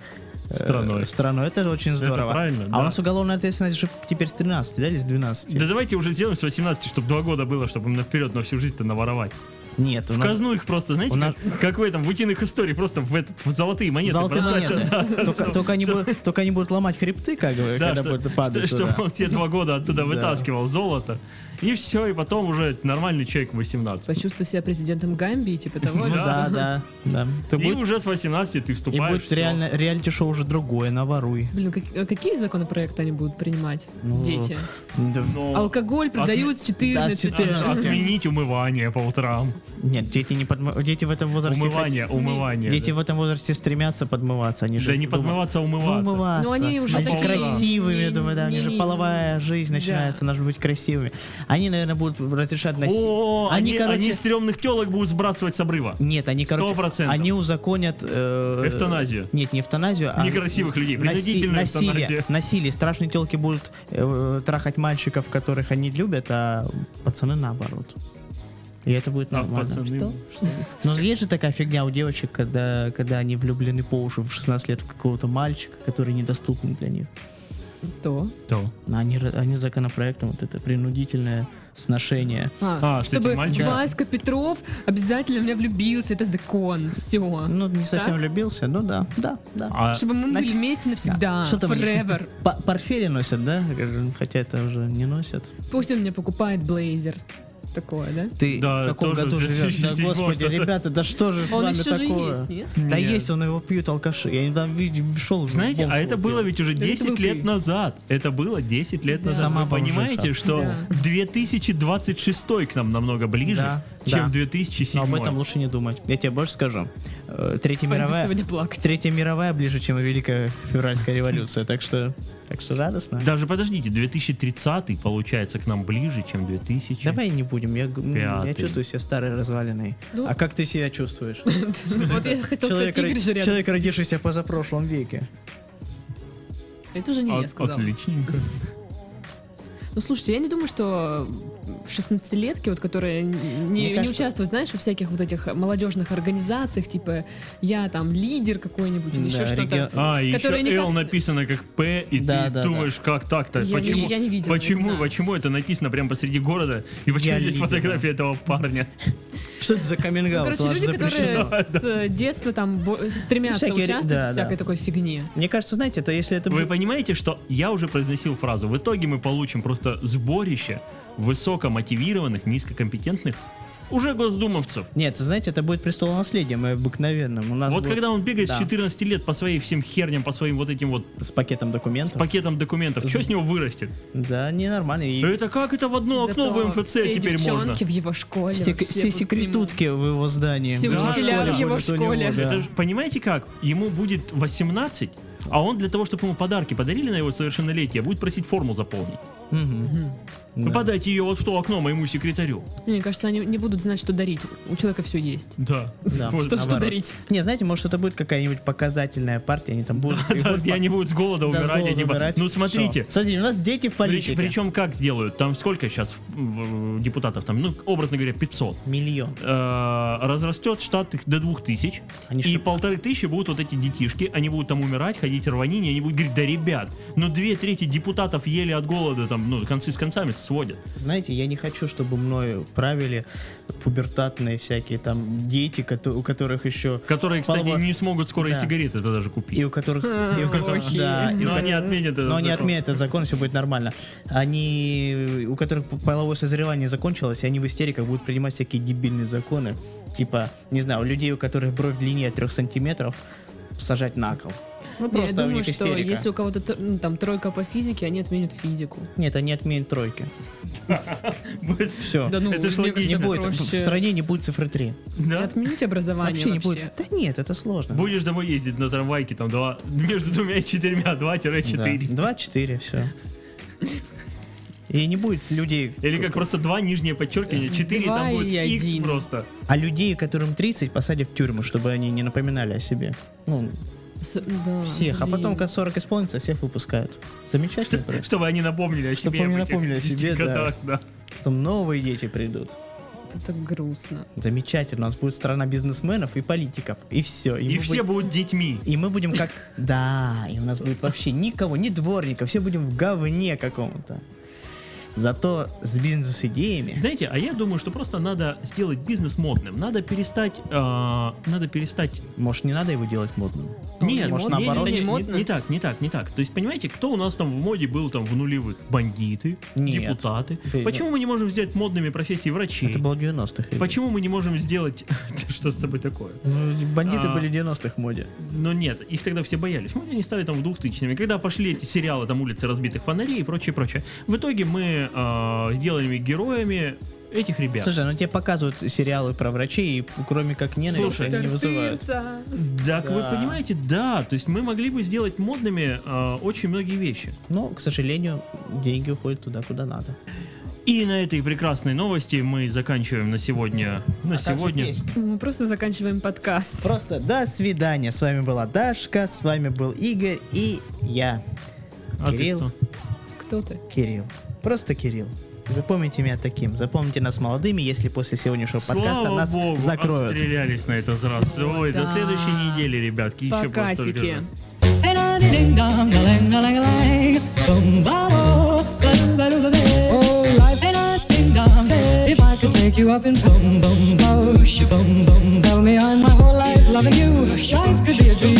Speaker 3: э,
Speaker 2: Страной.
Speaker 3: Страной. Это же очень здорово.
Speaker 2: правильно,
Speaker 3: а
Speaker 2: да.
Speaker 3: у нас уголовная ответственность же типа теперь с 13, да, или с 12?
Speaker 2: Да давайте уже сделаем с 18, чтобы два года было, чтобы им вперед на всю жизнь-то наворовать.
Speaker 3: Нет, у
Speaker 2: В
Speaker 3: нас-
Speaker 2: казну их просто, знаете,
Speaker 3: у нас-
Speaker 2: как, как в этом, в утиных историй, просто в, этот, в золотые монеты.
Speaker 3: Золотые
Speaker 2: бросать.
Speaker 3: монеты. Только, только они будут, только они будут ломать хребты, как бы,
Speaker 2: Да,
Speaker 3: когда
Speaker 2: что,
Speaker 3: будет падать
Speaker 2: что-
Speaker 3: туда. Ну
Speaker 2: чтобы он все два года оттуда
Speaker 3: Да.
Speaker 2: вытаскивал золото. И все, и потом уже нормальный человек 18.
Speaker 1: Почувствуй себя президентом Гамбии, типа того.
Speaker 3: Ну
Speaker 1: что-
Speaker 3: да, да, да. Ты
Speaker 2: И
Speaker 3: будь-
Speaker 2: уже с 18 ты
Speaker 3: и
Speaker 2: вступаешь.
Speaker 3: будет
Speaker 2: всё.
Speaker 3: реально реалити-шоу уже другое, наворуй.
Speaker 1: Блин, как- а какие законопроекты они будут принимать,
Speaker 3: Ну,
Speaker 1: дети?
Speaker 3: Да.
Speaker 2: Но
Speaker 1: Алкоголь продают с 14.
Speaker 3: Да, с 14.
Speaker 2: Отменить умывание по утрам.
Speaker 3: Нет, дети не подм- дети в этом возрасте.
Speaker 2: Умывание, умывание.
Speaker 3: Дети
Speaker 2: да.
Speaker 3: в этом возрасте стремятся подмываться, они же
Speaker 2: Да не
Speaker 3: думают,
Speaker 2: подмываться, а
Speaker 3: «Ну,
Speaker 2: умываться.
Speaker 3: умываться.
Speaker 1: Ну, они уже
Speaker 3: же
Speaker 2: такие,
Speaker 3: красивыми,
Speaker 1: не-
Speaker 3: думаю, да, у них же
Speaker 1: не-
Speaker 3: половая жизнь
Speaker 1: да.
Speaker 3: начинается, нужно быть красивыми. Они, наверное, будут разрешать носить.
Speaker 2: О, они, они,
Speaker 3: Они, короче-
Speaker 2: стрёмных телок будут сбрасывать с обрыва.
Speaker 3: Нет, они,
Speaker 2: Сто
Speaker 3: короче,
Speaker 2: процентов.
Speaker 3: они узаконят... э,
Speaker 2: Эвтаназию.
Speaker 3: Нет, не эвтаназию, а...
Speaker 2: Некрасивых людей, принудительная
Speaker 3: наси- насилие,
Speaker 2: эвтаназия.
Speaker 3: насилие. Страшные телки будут э, трахать мальчиков, которых они любят, а пацаны наоборот. И это будет
Speaker 2: А,
Speaker 3: ну, нормально.
Speaker 2: пацаны,
Speaker 1: Что?
Speaker 3: Но есть же такая фигня у девочек, когда, когда они влюблены по уши в 16 лет в какого-то мальчика, который недоступен для них.
Speaker 1: То.
Speaker 2: что?
Speaker 3: Но Они, ра- они законопроектом вот это принудительное сношение.
Speaker 2: А, с этим
Speaker 1: чтобы
Speaker 2: мальчиком?
Speaker 1: Васька Петров обязательно в меня влюбился, это закон, все.
Speaker 3: Ну, не совсем
Speaker 1: Так?
Speaker 3: влюбился, но да, да, да.
Speaker 2: А,
Speaker 1: Чтобы мы
Speaker 3: Нас-
Speaker 1: были вместе навсегда,
Speaker 3: Да. Что там?
Speaker 1: forever.
Speaker 3: Па- Портфели носят, да? «Ну, Хотя это уже не носят.
Speaker 1: Пусть он мне покупает блейзер. Такое, да?
Speaker 3: Ты
Speaker 2: Да,
Speaker 3: в каком
Speaker 2: тоже
Speaker 3: году
Speaker 2: в
Speaker 3: живешь? Да,
Speaker 2: 2007
Speaker 3: господи,
Speaker 2: что-то.
Speaker 3: ребята, да что же с
Speaker 1: Он
Speaker 3: вами
Speaker 1: еще же
Speaker 3: такое?
Speaker 1: есть, нет?
Speaker 3: Да
Speaker 2: Нет.
Speaker 3: есть, он его пьют алкаши. Я недавно шел.
Speaker 2: Знаете, а это было ведь уже
Speaker 1: Да это
Speaker 2: 10
Speaker 1: был
Speaker 2: лет
Speaker 1: ты.
Speaker 2: назад. Это было 10 лет назад.
Speaker 3: Сама
Speaker 2: Вы понимаете,
Speaker 3: бомжиха.
Speaker 2: что
Speaker 1: Да.
Speaker 2: 2026 к нам намного ближе,
Speaker 3: Да,
Speaker 2: чем
Speaker 3: да.
Speaker 2: 2007.
Speaker 3: Но об этом лучше не думать. Я тебе больше скажу. Э, Третья
Speaker 1: Пойду
Speaker 3: мировая...
Speaker 1: сегодня плакать.
Speaker 3: Третья мировая ближе, чем Великая Февральская революция, так что, так что радостно.
Speaker 2: Даже подождите, 2030 получается к нам ближе, чем 2000.
Speaker 3: Давай не будем, я, г- м, я
Speaker 2: Пятый.
Speaker 3: чувствую себя старой развалиной.
Speaker 1: Ну-
Speaker 3: а как ты себя чувствуешь?
Speaker 1: Вот я хотел сказать,
Speaker 3: Человек,
Speaker 1: Игорь
Speaker 3: ро-
Speaker 1: же рядом.
Speaker 3: человек, родившийся в позапрошлом веке.
Speaker 1: Это уже не я
Speaker 2: От-
Speaker 1: сказала.
Speaker 2: отличненько.
Speaker 1: Ну, слушайте, я не думаю, что в 16-летки, вот, которые н- не, не
Speaker 3: кажется-
Speaker 1: участвуют, знаешь, во всяких вот этих молодежных организациях, типа я там лидер какой-нибудь или
Speaker 3: Да,
Speaker 1: еще
Speaker 3: регион-
Speaker 1: что-то.
Speaker 2: А, и еще
Speaker 1: Который никак-
Speaker 2: L написано как П, и
Speaker 3: Да,
Speaker 2: ты
Speaker 3: да,
Speaker 2: думаешь, как так-то?
Speaker 1: Я не-
Speaker 2: почему,
Speaker 1: я не видела, не
Speaker 2: почему,
Speaker 1: знаю.
Speaker 2: почему это написано прямо посреди города? И почему
Speaker 3: Я
Speaker 2: здесь
Speaker 3: видела.
Speaker 2: фотография этого парня?
Speaker 3: Что это за каминг
Speaker 1: Ну, короче, люди, которые с э, детства там бо- стремятся
Speaker 3: Всякие ре-
Speaker 1: участвовать
Speaker 3: да,
Speaker 1: в всякой
Speaker 3: да.
Speaker 1: такой фигне.
Speaker 3: Мне кажется, знаете, это если это
Speaker 2: Вы
Speaker 3: бу-
Speaker 2: понимаете, что я уже произносил фразу. В итоге мы получим просто сборище высокомотивированных, низкокомпетентных уже госдумовцев.
Speaker 3: Нет, знаете, это будет престолонаследием и обыкновенным. У нас
Speaker 2: Вот
Speaker 3: будет
Speaker 2: когда он бегает с
Speaker 3: Да.
Speaker 2: 14 лет по своей всем херням, по своим вот этим вот
Speaker 3: с пакетом
Speaker 2: с
Speaker 3: документов.
Speaker 2: пакетом документов, что с него вырастет?
Speaker 3: Да, ненормально. И
Speaker 2: Это как это в одно окно в
Speaker 1: Зато
Speaker 2: МФЦ
Speaker 1: все
Speaker 2: теперь
Speaker 1: девчонки
Speaker 2: можно?
Speaker 1: в его школе.
Speaker 3: все,
Speaker 1: все
Speaker 3: все
Speaker 1: будут к
Speaker 3: секретутки в его здании.
Speaker 1: Все
Speaker 3: Да,
Speaker 1: учителя
Speaker 3: школе
Speaker 1: в его
Speaker 3: будут у него,
Speaker 1: школе.
Speaker 3: да.
Speaker 2: Это ж, понимаете как? Ему будет 18, а он для того, чтобы ему подарки подарили на его совершеннолетие, будет просить форму заполнить.
Speaker 3: Мгм.
Speaker 2: Вы
Speaker 3: Да.
Speaker 2: подайте ее вот в то окно моему секретарю.
Speaker 1: нему. Мне кажется, они не будут знать, что дарить. У человека все есть.
Speaker 2: Да.
Speaker 3: Да.
Speaker 2: Вот
Speaker 1: Что, что
Speaker 3: наоборот.
Speaker 1: дарить?
Speaker 3: Не, знаете, может, это будет какая-нибудь показательная партия, они там будут... и
Speaker 2: Да,
Speaker 3: будут
Speaker 2: Я не буду с голода
Speaker 3: А Да, с
Speaker 2: умирать. я
Speaker 3: голода
Speaker 2: типа,
Speaker 3: умирать.
Speaker 2: Ну
Speaker 3: Всё.
Speaker 2: смотрите.
Speaker 3: Смотрите, у нас дети в политике.
Speaker 2: Причем как сделают? Там сколько сейчас депутатов там? Ну, образно говоря, 500.
Speaker 3: Миллион.
Speaker 2: Э, Разрастет штат их до 2000.
Speaker 3: Они
Speaker 2: и
Speaker 3: что-
Speaker 2: полторы тысячи будут вот эти детишки. Они будут там умирать, ходить рванине. Они будут говорить, да ребят, ну две трети депутатов ели от голода там там, ну, концы с концами сводят.
Speaker 3: Знаете, я не хочу, чтобы мною правили пубертатные всякие там дети, кото- у которых еще...
Speaker 2: Которые, кстати,
Speaker 3: Полова-
Speaker 2: не смогут скоро и
Speaker 3: Да.
Speaker 2: сигареты это даже купить.
Speaker 3: И у которых... и у которых-
Speaker 1: Плохие.
Speaker 3: да, и у
Speaker 2: Но
Speaker 3: ко-
Speaker 2: Ну, они отменят этот
Speaker 3: но они
Speaker 2: закон.
Speaker 3: отменят этот закон, все будет нормально. Они, у которых половое созревание закончилось, и они в истериках будут принимать всякие дебильные законы. Типа, не знаю, у людей, у которых бровь длиннее трех сантиметров, сажать на кол. Ну,
Speaker 1: Не, я
Speaker 3: просто у
Speaker 1: думаю,
Speaker 3: них
Speaker 1: что
Speaker 3: истерика.
Speaker 1: если у кого-то тр- ну, там тройка по физике, они отменят физику.
Speaker 3: Нет, они отменят тройки.
Speaker 2: Будет-
Speaker 3: Все.
Speaker 1: Да ну,
Speaker 2: Это ж
Speaker 1: мне
Speaker 2: логично.
Speaker 1: кажется,
Speaker 3: не будет, в
Speaker 1: проще
Speaker 3: стране не будет цифры 3.
Speaker 2: да?
Speaker 1: Отменить образование
Speaker 3: Вообще не будет. Да нет, это сложно.
Speaker 2: Будешь домой ездить на трамвайке, там, два, между двумя и четырьмя, два-четыре.
Speaker 3: 2-4, все. И не будет людей...
Speaker 2: Или как просто два нижние подчеркивания, четыре,
Speaker 1: Два
Speaker 2: там будет
Speaker 1: и один.
Speaker 2: X просто.
Speaker 3: А людей, которым 30, посадят в тюрьму, чтобы они не напоминали о себе. Ну,
Speaker 1: С- да,
Speaker 3: всех. А
Speaker 1: блин.
Speaker 3: потом, когда 40 исполнится, всех выпускают. Замечательно,
Speaker 2: Что-
Speaker 3: проект.
Speaker 2: Чтобы они напомнили о
Speaker 3: Чтобы
Speaker 2: себе.
Speaker 3: они
Speaker 2: об этих
Speaker 3: напомнили о
Speaker 2: 10
Speaker 3: себе, да.
Speaker 2: годах, да.
Speaker 3: Потом новые дети придут.
Speaker 1: Это так грустно.
Speaker 3: Замечательно. У нас будет страна бизнесменов и политиков. И все.
Speaker 2: И все будут детьми.
Speaker 3: И мы будем как... Да, и у нас будет вообще никого, ни дворника. Все будем в говне каком-то. Зато с бизнес-идеями...
Speaker 2: Знаете, а я думаю, что просто надо сделать бизнес модным. Надо перестать, э, надо перестать.
Speaker 3: Может, не надо его делать модным?
Speaker 1: не
Speaker 2: Нет,
Speaker 3: Ну, может,
Speaker 2: не-
Speaker 3: наоборот?
Speaker 2: не, не,
Speaker 1: Не модно?
Speaker 2: не, не так, не так, не так. То есть, понимаете, кто у нас там в моде был там в нулевых? Бандиты,
Speaker 3: Нет.
Speaker 2: депутаты.
Speaker 3: Ты-
Speaker 2: Почему мы не можем сделать модными профессии врачей?
Speaker 3: Это было 90-х. или-
Speaker 2: Почему мы не можем сделать что с тобой такое?
Speaker 3: Ну, Бандиты
Speaker 2: А.
Speaker 3: были 90-х в моде.
Speaker 2: Но нет, их тогда все боялись. Мы они стали там в 2000 Когда пошли эти сериалы, там улицы разбитых фонарей и прочее, прочее. В итоге мы э, сделали героями этих ребят.
Speaker 3: Слушай, ну тебе показывают сериалы про врачей, и кроме как ненависти
Speaker 2: Слушай,
Speaker 3: они не вызывают.
Speaker 1: Тырса.
Speaker 2: Так
Speaker 3: Да.
Speaker 2: вы понимаете, да. То есть мы могли бы сделать модными э, очень многие вещи.
Speaker 3: Но, к сожалению, деньги уходят туда, куда надо.
Speaker 2: И на этой прекрасной новости мы заканчиваем на сегодня. На
Speaker 3: А как же
Speaker 2: сегодня.
Speaker 3: песня?
Speaker 1: Мы просто заканчиваем подкаст.
Speaker 3: Просто до свидания. С вами была Дашка, с вами был Игорь и я,
Speaker 2: А ты
Speaker 3: Кирилл.
Speaker 2: кто?
Speaker 1: Кто ты?
Speaker 3: Кирилл. Просто Кирилл. Запомните меня таким. Запомните нас молодыми, если после сегодняшнего подкаста
Speaker 2: Слава
Speaker 3: нас
Speaker 2: богу,
Speaker 3: закроют.
Speaker 2: отстрелялись на этот раз.
Speaker 1: Всё,
Speaker 2: Ой, до
Speaker 1: да.
Speaker 2: следующей недели, ребятки. Еще
Speaker 1: Пока,
Speaker 2: просто
Speaker 1: Сики.
Speaker 2: скажу.
Speaker 4: Oh, life ain't a ding dong. If I could take you up in boom boom boom, boom boom boom, tell me I'm my whole life loving you. Life could be a dream,